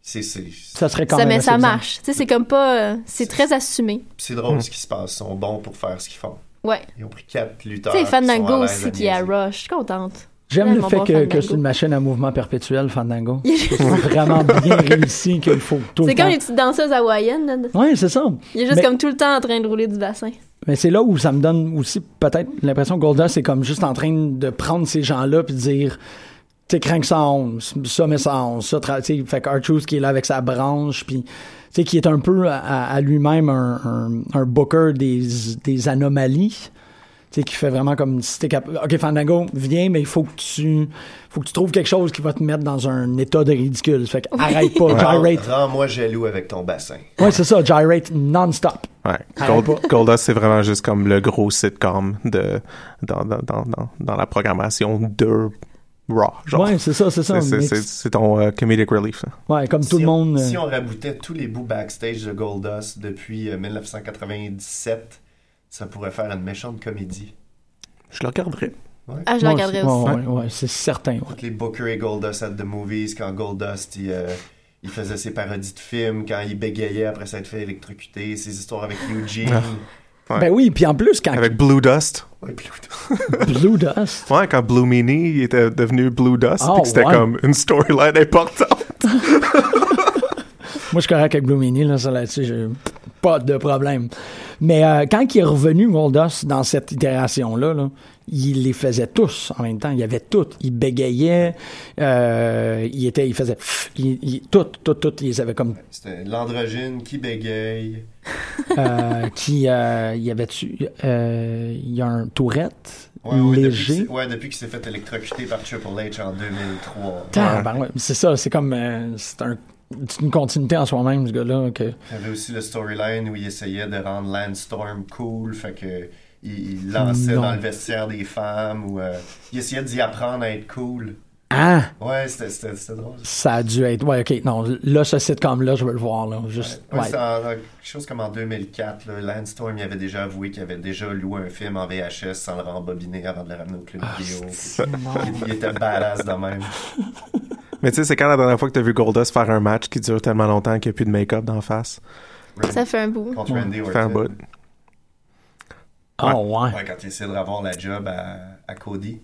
F: C'est, c'est,
C: Ça serait quand
D: Ça,
C: même
D: mais
C: assez
D: ça
C: bizarre.
D: marche. Tu sais, c'est comme pas. euh, C'est très assumé.
F: c'est
C: Hmm.
F: drôle ce qui se passe, ils sont bons pour faire ce qu'ils font.
D: Ouais.
F: Ils ont pris quatre lutteurs.
D: Tu sais,
F: qui sont à
D: Fandango
F: l'aise
D: aussi
F: à
D: qui est à
F: niaiser.
D: Rush. Je suis contente.
C: J'aime le
D: Mon
C: fait
D: bon
C: que,
D: Fandango.
C: que c'est une machine à mouvement perpétuel, Fandango.
D: Il est
C: C'est vraiment bien réussi qu'il faut tout le
D: C'est comme
C: temps.
D: les petites danseuses hawaïennes. là.
C: Ouais, c'est ça.
D: Il est juste
C: Mais-
D: comme tout le temps en train de rouler du bassin.
C: Mais c'est là où ça me donne aussi peut-être l'impression que Golda, c'est comme juste en train de prendre ces gens-là puis de dire tu sais, crank ça en once, ça met ça en once, ça, tra- tu sais, fait que R-Truth qui est là avec sa branche, puis tu sais, qui est un peu à, à lui-même un, un, un booker des, des anomalies, tu sais, qui fait vraiment comme si t'es capable, ok Fandango, viens, mais il faut que tu, faut que tu trouves quelque chose qui va te mettre dans un état de ridicule, fait que arrête pas,
F: Rends-
C: gyrate,
F: Rends-moi jaloux avec ton bassin.
C: ouais c'est ça, gyrate non-stop,
E: Ouais.
C: Arrête
E: Gold- Goldust, c'est vraiment juste comme le gros sitcom de, dans, dans, dans, dans, dans la programmation de Raw. Genre.
C: ouais c'est ça, c'est ça,
E: C'est- c'est-
C: Mix.
E: c'est c'est ton euh, comedic relief. là.
C: ouais comme tout
F: si
C: le
F: on-
C: monde. euh,
F: si on raboutait tous les bouts backstage de Goldust depuis euh, 1997, ça pourrait faire une méchante comédie.
E: Je le regarderai.
D: Ah, je la
C: Ouais,
D: regarderai
C: c'est-
D: aussi.
C: ouais, ouais, ouais, c'est certain. ouais.
F: Toutes les Booker et Goldust at the movies, quand Goldust il, euh, il faisait ses parodies de films, quand il bégayait après s'être fait électrocuter, ses histoires avec Eugene.
E: Ouais.
C: Ben oui, puis en plus, quand
E: Avec Blue Dust.
F: Ouais, puis l'autre.
C: Blue Dust,
E: Ouais, quand Blue Meanie il était devenu Blue Dust,
C: Oh,
E: puis que c'était
C: ouais.
E: comme une storyline importante.
C: moi je suis correct avec Blue Meanie, là, ça là-dessus, j'ai pas de problème. Mais euh, quand il est revenu, Goldust, dans cette itération-là, là, il les faisait tous en même temps. Il y avait tout. Il bégayait, euh, il était, il faisait pff, il, il- tout, tout, tout. Il les avait comme.
F: C'était l'androgyne qui bégaye.
C: euh, qui, euh, il y avait tu. euh, il y a un tourette
F: Ouais, ouais, depuis
C: léger.
F: qu'il s'est- ouais, depuis qu'il s'est fait électrocuter par Triple H en 2003.
C: Tabarouette. C'est ça, c'est comme. euh, c'est un- c'est une continuité en soi-même, ce gars-là. que-
F: Il y avait aussi le storyline où il essayait de rendre Landstorm cool, fait que il, il lançait
C: Non.
F: dans le vestiaire des femmes ou euh, il essayait d'y apprendre à être cool.
C: Ah!
F: Ouais, c'était c'était- c'était drôle.
C: Ça a dû être. Ouais, ok. Non, là, ce sitcom-là, je veux le voir, là. Juste.
F: Ouais,
C: ouais.
F: c'était en- en- quelque chose comme en 2004, là, Landstorm il avait déjà avoué qu'il avait déjà loué un film en VHS sans le rembobiner avant de le ramener au club vidéo. Il, il était badass de même.
E: Mais tu sais, c'est quand la dernière fois que t'as vu Goldust faire un match qui dure tellement longtemps qu'il n'y a plus de make-up d'en face?
D: Ça fait un bout.
F: Contre Randy
E: Fait un
F: Orton.
E: bout.
C: Ah, ouais.
F: Ouais, quand il essaie de revoir la job à, à Cody.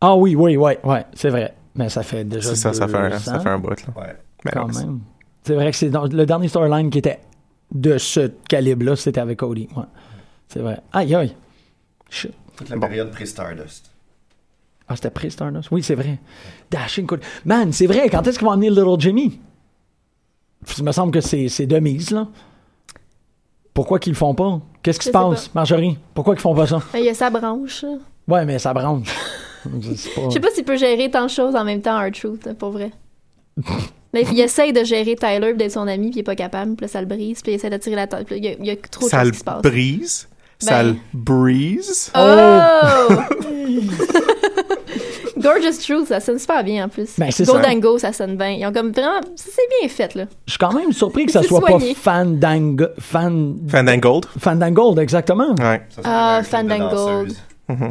C: Ah, oui, oui, ouais, ouais. C'est vrai. Mais ça fait déjà.
E: C'est ça, ça
C: deux
E: fait un,
C: ans,
E: ça fait un bout. Là.
F: Ouais.
E: Mais
C: Quand
E: non, c'est-
C: même. C'est vrai que c'est dans- le dernier storyline qui était de ce calibre-là, c'était avec Cody. Ouais. C'est vrai. Aïe, aïe. Shit.
F: Toute la
E: Bon.
F: période pré-Stardust.
C: Ah, c'était pré Stardust. Oui, c'est vrai. Dashing Cody. Man, c'est vrai. Quand est-ce qu'ils vont amener Little Jimmy? Il me semble que c'est c'est de mise, là. Pourquoi qu'ils le font pas? Qu'est-ce qui
D: Je
C: se
D: sais pas.
C: passe, Marjorie? Pourquoi qu'ils font pas ça?
D: Ah, Il y a sa branche. là.
C: Ouais, mais ça branche. C'est pas-
D: Je sais pas s'il peut gérer tant de choses en même temps, R-Truth, pour vrai. Mais il essaye de gérer Tyler puis d'être son ami, puis il est pas capable, puis là, ça le brise, puis il essaie d'attirer l'attention. puis là, Il y, a- il y a trop de
E: ça
D: choses
E: le
D: qui se passent.
E: brise. Ça
D: Ben.
E: le brise.
D: Oh! Gorgeous Truth, ça sonne super bien en plus.
C: Ben, c'est ça.
D: Goldango, ça sonne bien. Ils ont comme vraiment. C'est bien fait, là.
C: Je suis quand même surpris que ça
D: C'est
C: soit
D: soigné.
C: pas Fandango. Fan...
E: Fandangold.
C: Fandangold, exactement.
E: Ouais.
F: Ça, c'est
D: Ah,
F: un truc de
D: Fandango.
F: danseuse.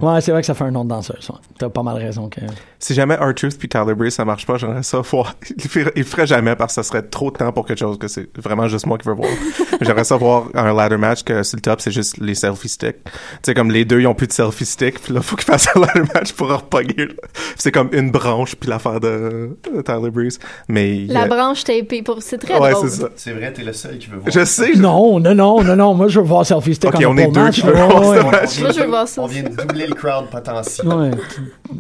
C: Ouais, c'est vrai que ça fait un nom de danseuse. ouais. T'as pas mal raison. Que...
E: Si jamais R-Truth puis Tyler Breeze, ça marche pas, j'aimerais ça voir. Il le ferait- il le ferait jamais parce que ça serait trop de temps pour quelque chose que c'est vraiment juste moi qui veux voir. j'aimerais ça voir un ladder match que sur le top, c'est juste les selfie sticks. Tu sais, comme les deux, ils ont plus de selfie sticks, puis là, faut qu'ils fassent un ladder match pour en repogner. là. C'est comme une branche puis l'affaire de de Tyler Breeze. Mais. il y
D: La
E: a-
D: branche tapée pour. C'est très
E: Ouais,
D: drôle.
E: c'est ça.
F: C'est vrai, t'es le seul qui veut voir.
E: Je sais, je-
C: Non, non, non, non, non. Moi, je veux voir Selfie Stick
E: Ok,
C: en
E: on est
C: pole
E: deux
C: match.
E: qui veulent
C: Ouais,
E: voir ça.
C: ouais.
F: On vient
D: Moi, je veux
F: de-
D: voir ça
F: On vient de doubler le crowd potentiel.
C: Ouais,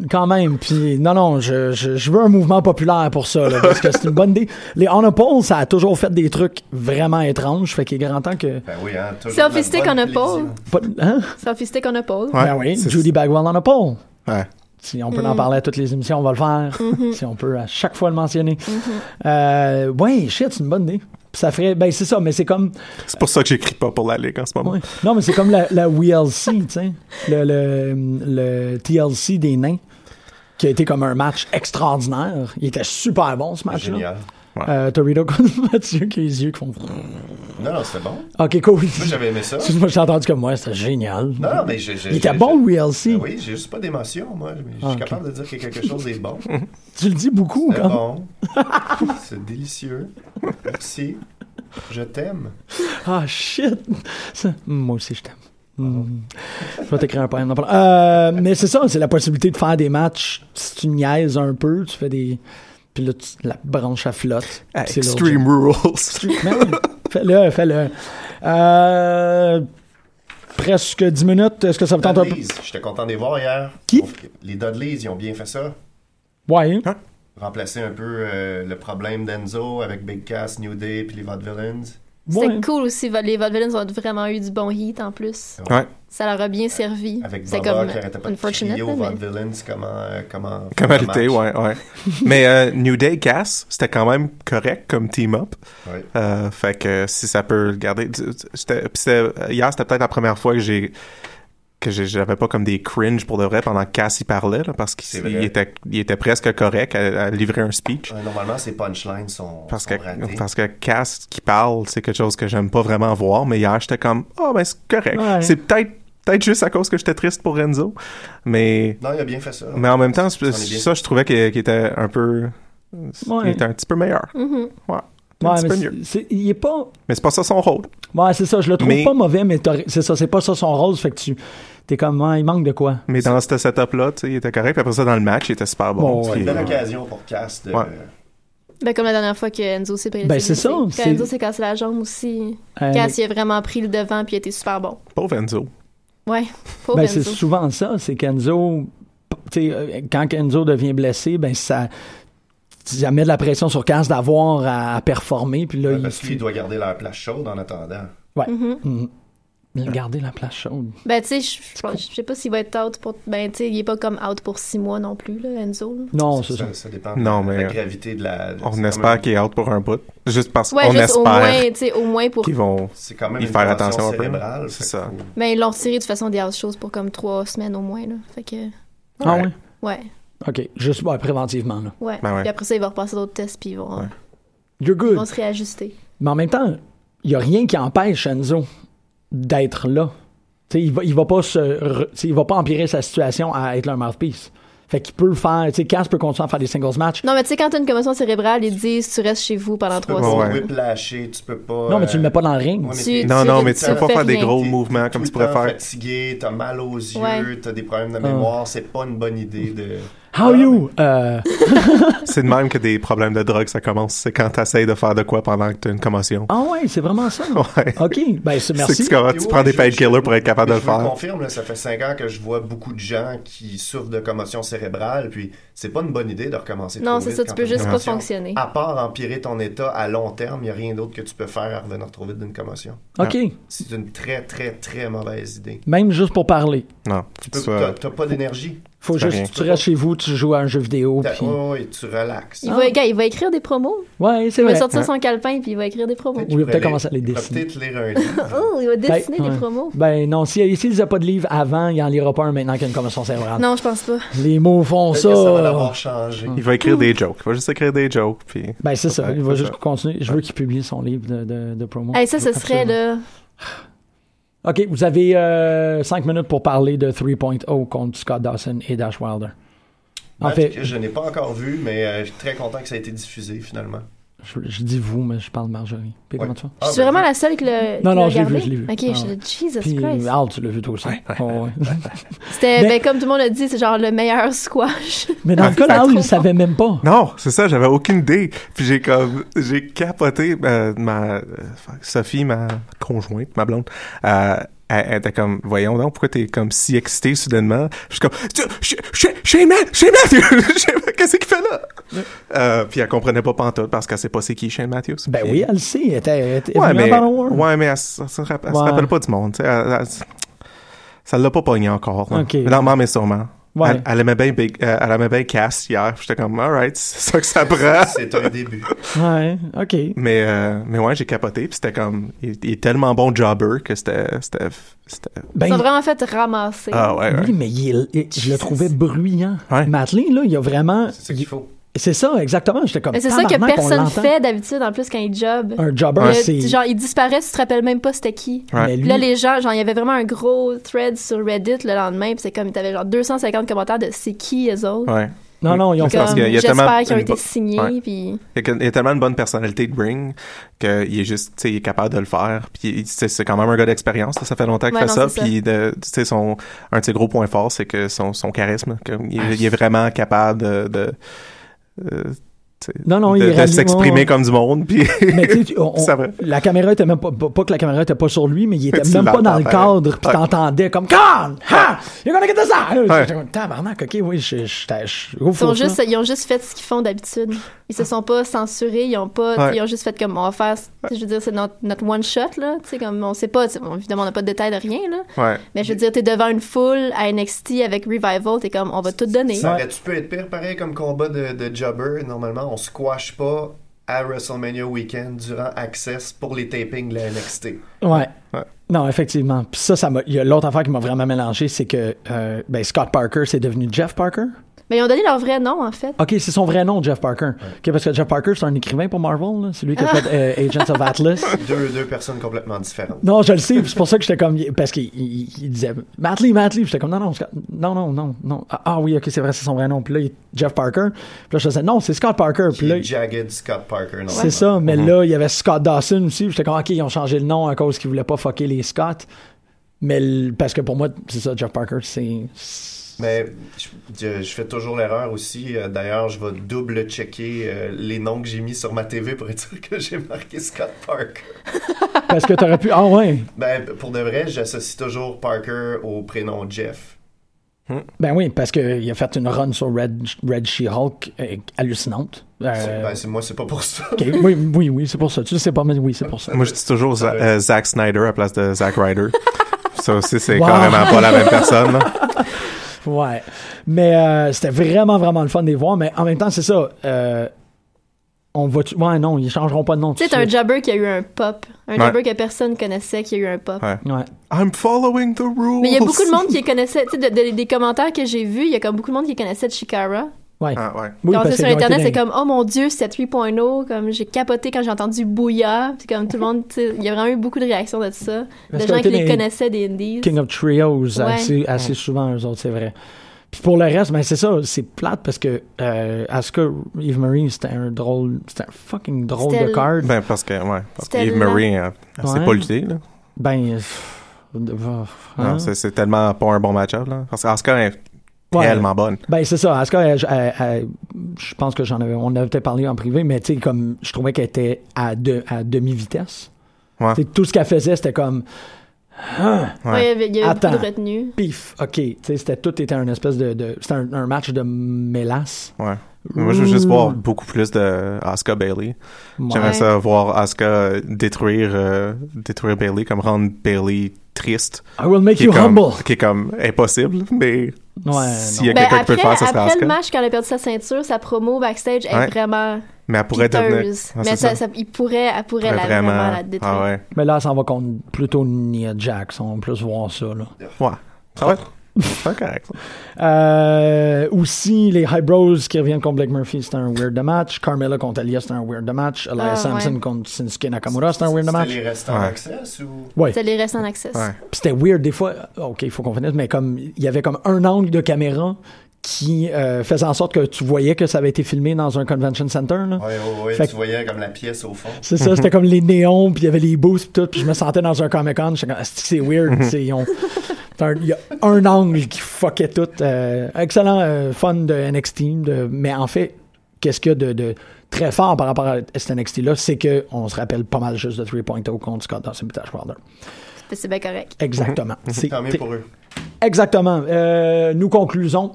C: quand même. Puis non, non, je, je, je veux un mouvement populaire pour ça, là, parce que c'est une bonne idée. Les on a pole, ça a toujours fait des trucs vraiment étranges. Fait qu'il est grand temps que.
F: Ben oui, hein, toujours
D: Selfie
F: la
D: stick
F: bonne
D: on a
F: télévision.
D: pas.
C: pas- hein?
D: Selfie stick on a pause.
E: Ouais,
C: ben oui,
E: c'est-
C: Judy Bagwell on a pole.
E: Ouais.
C: Si on peut en parler à toutes les émissions, on va le faire. Si on peut à chaque fois le mentionner. Euh, ouais, shit, c'est une bonne idée. Puis ça ferait. Ben c'est ça, mais c'est comme.
E: C'est pour ça que j'écris pas pour la Ligue en ce moment.
C: ouais. Non, mais c'est comme la, la WLC, tu sais. Le, le, le TLC des nains, qui a été comme un match extraordinaire. Il était super bon ce match-là.
F: Génial.
C: Euh, Torito contre Mathieu qui a les yeux qui font.
F: Non, non, c'est bon.
C: Ok, cool.
F: Moi, j'avais aimé ça.
C: Excuse-moi, j'ai entendu comme moi, c'était génial.
F: Non, non, mais j'ai. j'ai-
C: Il était
F: j'ai-
C: bon,
F: j'ai-
C: le WLC.
F: Ben Oui, j'ai juste pas d'émotion, moi. mais Je suis
C: Ah,
F: capable de dire que quelque chose est bon.
C: Tu le dis beaucoup,
F: C'est
C: comme.
F: bon. c'est délicieux. Merci. Je t'aime.
C: Ah, shit. Ça- Moi aussi, je t'aime. Hmm. Je vais t'écrire un poème. non, pas- Euh, mais c'est ça, c'est la possibilité de faire des matchs. Si tu niaises un peu, tu fais des. Puis là, tu- la branche à flotte.
E: Ah,
C: C'est l'autre
E: Extreme Rules.
C: Mais oui, fais-le, fais-le. Euh, presque 10 minutes. Est-ce que ça vous tente un peu?
F: Dudleys, j'étais content de les voir hier.
C: Qui?
F: Les Dudleys, ils ont bien fait ça.
C: Ouais. hein?
F: Remplacer un peu euh, le problème d'Enzo avec Big Cass, New Day, puis les Vaudevillains.
D: C'était
C: ouais.
D: cool aussi. Les Vaudevillains ont vraiment eu du bon hit en plus.
E: Ouais.
D: Ça leur a bien servi.
F: Ah. Avec
D: C'est
F: Baba
D: comme
F: qui arrêtait pas de
D: unfortunate.
F: crier
D: là,
F: aux
D: mais-
F: Vaudevillains comment... euh, comment
E: Comme à
F: comment
E: lutter,
F: match.
E: ouais, ouais. Mais euh, New Day Cass, c'était quand même correct comme team-up.
F: Ouais.
E: Euh, fait que si ça peut le garder. tu- tu- c'était- puis c'était- euh, Hier, c'était peut-être la première fois que j'ai que j'ai- j'avais pas comme des cringe pour de vrai pendant que Cass y parlait, là, parce
F: C'est
E: qu'il
F: vrai.
E: il était, il était presque correct à, à livrer un speech.
F: Ouais, Euh, Normalement, ces punchlines sont,
E: Parce
F: sont
E: que,
F: ratées.
E: parce que Cass qui parle, c'est quelque chose que j'aime pas vraiment voir, mais hier, j'étais comme, ah, ben c'est correct.
C: Ouais.
E: C'est peut-être peut-être juste à cause que j'étais triste pour Renzo, mais,
F: Non, il a bien fait ça.
E: mais en même temps, c'est-
F: Ça, on est bien.
E: ça, je trouvais qu'il qu'il était un peu.
C: Ouais.
E: Il était un petit peu meilleur.
D: Mm-hmm.
E: Ouais. Un
C: Ouais,
E: petit
C: mais
E: peu
C: c'est-
E: mieux.
C: c'est- il est pas.
E: Mais c'est pas ça son rôle.
C: Ouais, c'est ça. Je le trouve
E: Mais-
C: pas mauvais, mais t'as- c'est ça. C'est pas ça son rôle. Fait que tu. T'es comme, ah, il manque de quoi.
E: Mais dans ce setup-là, tu sais, il était correct. Puis après ça, dans le match, il était super bon.
C: Bon,
E: Puis- euh,
C: ouais.
F: C'est une belle occasion pour Cass de...
E: Ouais.
D: Ben, comme la dernière fois que Enzo s'est pris
C: Ben, c'est ça,
D: Quand
C: c'est-
D: Enzo s'est cassé la jambe aussi.
C: Euh,
D: Cass, il a vraiment pris le devant puis il était super bon.
E: Pauvre Enzo.
D: Ouais, pauvre
C: ben, c'est
D: Enzo.
C: souvent ça. C'est qu'Enzo. Tu sais, euh, quand Enzo devient blessé, ben, ça. Ça met de la pression sur Cass d'avoir à, à performer. Puis là,
F: Ouais,
C: il.
F: Parce qu'il doit garder leur place chaude en attendant.
C: Ouais. Mhm. Mais Garder la place chaude.
D: Ben, tu sais, je- je pense- je sais pas s'il va être out pour. Ben, tu sais, il est pas comme out pour six mois non plus, là, Enzo. là.
C: Non, c'est
F: Ça,
C: ça.
F: ça, dépend de
E: Non,
F: la- de
E: mais, euh,
F: la gravité de la... de- c'est
E: On
F: quand
E: espère
F: même-
E: qu'il est out pour un bout. Juste parce
D: Ouais,
E: qu'on
D: juste au moins,
E: espère
D: tu sais, au moins pour.
E: qu'ils vont.
F: C'est quand même
E: y
F: une
E: faire
F: commotion
E: attention un peu.
F: cérébrale,
E: C'est
F: fait
E: ça.
F: que-
D: Ben, ils l'ont retiré de toute façon des house shows pour comme trois semaines au moins, là. Fait que.
C: Ah
E: Ouais.
C: ouais?
D: Ouais,
C: OK. Juste ouais, préventivement, là.
D: ouais.
E: Ben ouais.
D: Puis après ça, il va repasser d'autres tests puis ils vont,
E: Ouais.
C: You're
D: ils
C: good.
D: vont se réajuster.
C: Mais en même temps, il n'y a rien qui empêche Enzo d'être là. Tu sais, il va, il va pas se re- tu sais, il va pas empirer sa situation à être leur mouthpiece. Fait qu'il peut le faire. Tu sais, Cass peut continuer à faire des singles matchs.
D: Non, mais tu sais, quand t'as une commotion cérébrale, ils disent tu restes chez vous pendant
F: Tu peux
D: trois
F: pas
D: semaines.
E: Ouais.
F: whiplasher, tu peux pas...
C: Non, mais tu le mets pas
F: euh,
C: dans le ring.
F: ouais, mais
D: Tu-
F: t'es-
E: Non,
D: tu-
E: non, mais tu
D: tu
E: peux pas
D: fais
E: faire des
D: rien.
E: gros
F: T'es-
E: mouvements
F: t'es
E: comme
F: tout
E: tu
F: le
E: pourrais
F: temps
E: faire.
F: fatigué, t'as mal aux yeux,
D: Ouais.
F: t'as des problèmes de mémoire, c'est pas une bonne idée de.
C: How you? Euh,
E: C'est de même que des problèmes de drogue, ça commence. C'est quand t'essayes de faire de quoi pendant que t'as une commotion.
C: Ah ouais, c'est vraiment ça.
E: Ouais.
C: OK. Ben, c'est-
E: C'est
C: merci.
E: que tu, commences-
F: Et
E: Ah, tu
F: oui,
E: prends des
F: je-
E: painkillers
F: je-
E: pour être capable de
F: mais
E: le
F: Je vous
E: faire.
F: confirme, là, ça fait cinq ans que je vois beaucoup de gens qui souffrent de commotion cérébrale, puis c'est pas une bonne idée de recommencer.
D: Non,
F: trop
D: c'est
F: vite
D: ça, tu
F: quand
D: peux
F: t'as une
D: juste pas
F: commotion.
D: fonctionner.
E: Ah.
F: À part empirer ton état à long terme, il n'y a rien d'autre que tu peux faire à revenir trop vite d'une commotion.
C: OK.
F: C'est une très, très, très mauvaise idée.
C: Même juste pour parler.
E: Non. Tu
F: Tu peux-
E: vas-
F: T'as t'as pas d'énergie.
C: Faut
E: Ça
C: juste
E: rien.
C: que tu restes chez vous, tu joues à un jeu vidéo.
F: T'as-
C: puis-
F: oh, et tu relaxes.
D: Il, va, gars, il va écrire des promos.
C: Ouais, Ah. c'est
D: Il va
C: vrai. Ah.
D: sortir son calepin puis il va écrire des promos.
F: Tu
C: Oui,
F: pourrais
C: peut-être
F: lire-
C: commencer à les
F: tu pourrais
C: dessiner.
F: Peut-être lire un livre.
D: Oh, il va dessiner
C: ouais.
D: des promos.
C: Ben non, s'il si, n'a pas de livre avant, il en lira pas un maintenant qu'il y a une commotion cérébrale.
D: Non, je pense pas.
C: Les mots font
F: Peut-être
C: ça.
F: que ça va l'avoir changé.
E: Il va écrire des jokes. Il va juste écrire des jokes. Puis...
C: Ben c'est ça,
E: Ouais,
C: il va
E: c'est
C: juste
E: ça.
C: continuer. Je veux qu'il publie son livre de, de, de promo.
D: Hey, ça, ce serait
C: Absolument.
D: là.
C: OK, vous avez 5 minutes pour parler de 3.0 contre Scott Dawson et Dash Wilder. En
F: Match
C: fait,
F: que je n'ai pas encore vu, mais euh, je suis très content que ça ait été diffusé finalement. Ah,
C: je, je dis vous, mais je parle de Marjorie. Puis comment tu fais?
E: Ah,
F: ben
D: Je suis
E: ben,
D: vraiment la seule qui
C: Non,
D: l'a qui
C: non,
D: l'a
C: je l'ai vu,
D: regardé.
C: je l'ai vu.
D: Ok,
C: Ah,
D: je suis là, Jesus
C: Puis ah.
D: Christ.
C: Al, tu l'as vu toi aussi. Oh, ouais.
D: C'était,
C: Mais-
D: ben, comme tout le monde a dit, c'est genre le meilleur squash.
C: Mais dans le cas
D: C'est
C: d'Al,
D: trop
C: il savait même pas.
E: Non, c'est ça, j'avais aucune idée. Puis j'ai comme j'ai capoté euh, ma euh, Sophie, ma conjointe, ma blonde. euh, elle, elle était comme voyons donc pourquoi t'es comme si excité soudainement. Je suis comme Sh- Sh- Shayman, Shane Matthews, Shane Matthews, qu'est-ce qu'il fait là Euh, Puis elle comprenait pas pantoute parce qu'elle sait pas c'est qui Shane Matthews.
C: Ben
E: Puis-
C: oui, elle le sait. Elle était, elle était
E: Ouais,
C: venue
E: mais,
C: à Battle War.
E: ouais, mais elle, s- elle se rapp- elle se
C: Ouais.
E: rappelle pas du monde. tu sais, elle- elle s- ça l'a pas pogné encore. là.
C: Ok.
E: Lentement, mais sûrement.
C: Ouais.
E: Elle, elle aimait bien Big- euh, elle aimait bien Cass hier. J'étais comme, alright, c'est ça que ça prend.
F: C'est un début.
C: Ouais, OK.
E: mais, euh, mais ouais, j'ai capoté. Puis c'était comme, il, il est tellement bon jobber que c'était. c'était- c'était-
D: Ils sont
C: Ben,
D: vraiment fait ramasser.
E: Ah ouais, ouais.
C: oui, mais il, il- je le trouvais bruyant.
E: Ouais.
C: Matlin, là, il a vraiment...
F: C'est ce qu'il faut.
C: C'est ça, exactement. J'étais comme,
D: Mais c'est ça que
C: tabarnak, on
D: personne
C: l'entend.
D: fait d'habitude, en plus, quand ils job.
C: Un jobber,
D: Le-
C: c'est...
D: genre, ils disparaissent, tu te rappelles même pas c'était qui.
E: Ouais.
C: Mais
D: Puis
C: lui,
D: là, les gens, genre, il y avait vraiment un gros thread sur Reddit le lendemain, puis c'est comme, t'avais genre 250 commentaires de c'est qui eux autres.
E: Ouais.
C: non, non, ils ont
E: C'est parce
D: Comme,
E: qu'il y a- il y a tellement
D: J'espère qu'ils ont
E: une
D: été
E: bo-
D: signés,
E: Ouais.
D: puis
E: Il y a que- il y a tellement de bonne personnalité de Bring qu'il est juste, tu sais, il est capable de le faire. Puis il- c'est c'est quand même un gars d'expérience. là, Ça fait longtemps qu'il
D: Ouais,
E: fait
D: non,
E: ça.
D: c'est
E: Puis de- tu sais, son un de ses gros points forts, c'est que son, son charisme, comme, il, il est vraiment capable de, de, euh, tu sais,
D: Ah
C: Non, non, il
E: de-
C: est
E: de
C: rallié-
E: s'exprimer
C: ouais.
E: comme du monde. Puis
C: Mais tu sais, on- on-
E: Ça va.
C: la caméra était même pas, pas, pas que la caméra était pas sur lui, mais il était
E: Tu
C: même pas dans le
E: l'entends,
C: cadre, puis
E: ouais.
C: t'entendais comme Con! Ha! You're gonna get this out! J'étais comme, Tabarnak, ok, oui, je je- je- je- au
D: ils, sont
C: four,
D: juste,
C: là.
D: ils ont juste fait ce qu'ils font d'habitude. Ils se sont pas censurés, ils ont pas,
E: Ouais.
D: ils ont juste fait comme, on va faire, je veux dire, c'est notre, notre one shot, là, tu sais, comme, on sait pas, tu sais, bon, évidemment, on n'a pas de détails de rien, là.
E: ouais.
D: Mais je veux dire, t'es devant une foule à NXT avec Revival, t'es comme, on va tout donner.
F: Ça aurait-tu pu être pire pareil comme combat de, de Jobber? Normalement, on squash pas à WrestleMania Weekend durant Access pour les tapings de la NXT.
C: Ouais.
E: Ouais.
C: Non, effectivement. Puis ça, ça m'a. il y a L'autre affaire qui m'a vraiment mélangé, c'est que euh, ben, Scott Parker, c'est devenu Jeff Parker.
D: Mais ils ont donné leur vrai nom, en fait.
C: OK, c'est son vrai nom, Jeff Parker. OK, parce que Jeff Parker, c'est un écrivain pour Marvel. là. C'est lui qui a fait euh, Agents of Atlas.
F: Deux, deux personnes complètement différentes.
C: Non, je le sais. puis C'est pour ça que j'étais comme. Parce qu'il il- il disait Matley, Matley. Puis J'étais comme non, non, Scott- non, non, non, non. Ah, ah oui, ok, c'est vrai, c'est son vrai nom. Puis là, il- Jeff Parker. Puis là, je disais non, c'est Scott Parker. Puis
F: Qui
C: là,
F: est Jagged Scott Parker. normalement.
C: c'est ça. Mais là, il y avait Scott Dawson aussi. puis J'étais comme ok, ils ont changé le nom à cause qu'ils voulaient pas fucker les Scott. Mais le- parce que pour moi, c'est ça, Jeff Parker, c'est.
F: Mais je, je- je fais toujours l'erreur aussi. Euh, D'ailleurs, je vais double-checker euh, les noms que j'ai mis sur ma TV pour être sûr que j'ai marqué Scott Parker.
C: Parce que t'aurais pu. Ah ouais.
F: Ben, pour de vrai, j'associe toujours Parker au prénom Jeff.
C: Ben oui, parce qu'il a fait une run sur Red, Red She-Hulk euh, hallucinante. Euh,
F: C'est- Ben, c'est moi, c'est pas pour ça.
C: ok, Oui, oui, oui, c'est pour ça. Tu le sais pas, mais oui, c'est pour ça.
E: Moi, je dis toujours Za-
F: Ouais.
E: euh, Zack Snyder à place de Zack Ryder. ça aussi, c'est
C: Wow.
E: carrément pas la même personne. là.
C: Ouais. Mais euh, c'était vraiment, vraiment le fun de les voir. Mais en même temps, c'est ça. euh, on va. tu- Ouais, non, ils changeront pas de nom. tout
D: Tu sais,
C: de
D: t'as un
C: suite.
D: jobber qui a eu un pop. Un
E: Ouais.
D: jobber que personne connaissait qui a eu un pop.
E: Ouais.
C: Ouais.
E: I'm following the rules.
D: Mais il y a
C: Oh,
D: beaucoup de monde qui les connaissait. Tu sais, de- de- des commentaires que j'ai vus, il y a comme beaucoup de monde qui connaissait Chikara.
C: Ouais.
E: Ah, ouais.
C: Oui,
D: quand
C: parce
D: c'est
C: qu'ils
D: sur
C: ont été
D: Internet, c'est
C: dans-
D: comme, oh mon Dieu, c'est 3.0. oh, Comme, j'ai capoté quand j'ai entendu Bouya. Puis comme tout le monde, tu sais, il y a vraiment eu beaucoup de réactions de ça.
C: Parce
D: de
C: qu'ils ont
D: gens qui
C: été
D: les
C: dans-
D: connaissaient des indies.
C: King of Trios
D: Ouais.
C: assez, assez souvent, eux autres, c'est vrai. Puis pour le reste, ben c'est ça, c'est plate parce que euh, Asuka, Eve Marie, c'était un drôle, c'était un fucking drôle
D: C'était
C: de
D: le-
C: card.
E: Ben, parce que, ouais. Parce que
D: C'était
E: Eve
D: lent.
E: Marie, elle, elle sait
C: Ouais.
E: pas lutter, là.
C: Ben. pff, de- pff,
E: Non,
C: hein?
E: c'est, c'est tellement pas un bon match-up, là. Parce qu'Asuka est
C: Ouais.
E: tellement bonne.
C: Ben c'est ça, Asuka, elle- elle- elle- euh, je pense que j'en avais, on en avait peut-être parlé en privé, mais tu sais comme je trouvais qu'elle était à, de- à demi vitesse.
E: Ouais.
C: Tout ce qu'elle faisait, c'était comme
E: Ouais.
D: Ouais, il y avait, il y avait
C: Attends.
D: beaucoup de retenue.
C: pif, ok, tu sais c'était tout était un espèce de, de- c'était un, un match de mélasse.
E: Ouais. Moi, je veux juste voir beaucoup plus de Asuka Bailey.
C: Mm. Ouais.
E: J'aimerais ça voir Asuka détruire, euh, détruire Bailey, comme rendre Bailey triste.
C: I will make
E: Qui est,
C: you
E: comme,
C: humble.
E: qui est comme impossible, mais
C: Ouais,
E: s'il y
C: non.
D: Ben,
E: a quelqu'un qui peut
D: après,
E: le faire, ça serait
D: après
E: Asuka.
D: le match, quand elle a perdu sa ceinture, sa promo backstage est
E: Ouais.
D: vraiment
E: Mais elle pourrait devenir.
D: piteuse.
E: Ouais,
D: mais
E: c'est
D: ça, ça- il pourrait, elle pourrait la, vraiment. la détruire.
E: Ah ouais.
C: Mais là, ça en va contre plutôt Nia Jax. On va plus voir ça. Là.
E: Ouais. Ça va être- ça va être correct.
C: Euh, aussi, les High Bros qui reviennent contre Blake Murphy, c'est un weird de match. Carmella contre Elias, c'est un weird de match. Elias
D: Ah,
C: Samson
D: ouais.
C: contre Shinsuke Nakamura, c'est un weird de
F: C'était
C: match.
F: les restants
E: Ouais.
F: access ou...
C: Ouais.
D: Ça les reste en accès.
E: Ouais.
C: Puis C'était weird des fois. OK, il faut qu'on finisse, mais comme il y avait comme un angle de caméra qui euh, faisait en sorte que tu voyais que ça avait été filmé dans un convention center. Là.
F: Ouais, ouais, ouais,
C: Fait
F: tu
C: que-
F: voyais comme la pièce au fond.
C: C'est ça, c'était comme les néons, puis il y avait les booths, puis tout, puis je me sentais dans un Comic Con, j'étais comme, Asti, c'est weird, tu sais, ils ont- t'as un- il y a un angle qui fuckait tout. euh, excellent euh, fun de NXT, de- mais en fait, qu'est-ce qu'il y a de, de très fort par rapport à cet NXT-là, c'est que on se rappelle pas mal juste de 3.0 contre Scott Dawson et Tash Wilder.
D: C'est bien correct.
C: Exactement. C'est-
F: Tant mieux pour eux.
C: Exactement. Euh, nous conclusons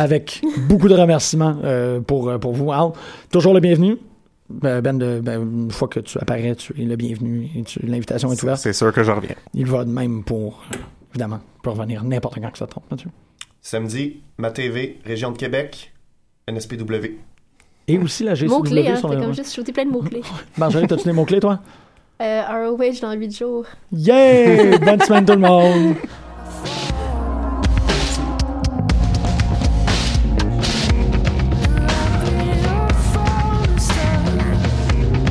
C: avec beaucoup de remerciements euh, pour, euh, pour vous, Al. Toujours le bienvenu. Ben, ben, de- ben, une fois que tu apparais, tu es le bienvenu et tu- l'invitation est ouverte.
E: C'est sûr que je reviens.
C: Il va de même pour, euh, évidemment, pour revenir n'importe quand que ça tombe, Mathieu.
F: Samedi, ma TV, Région de Québec, NSPW.
C: Et aussi la GCW
D: Mots-clés, hein.
C: sur
D: T'as
C: le...
D: comme juste shooté plein de mots-clés.
C: Marjorie, t'as-tu des mots-clés, toi?
D: Euh, ROH dans 8 jours.
C: Yeah! Bonne semaine, tout le monde!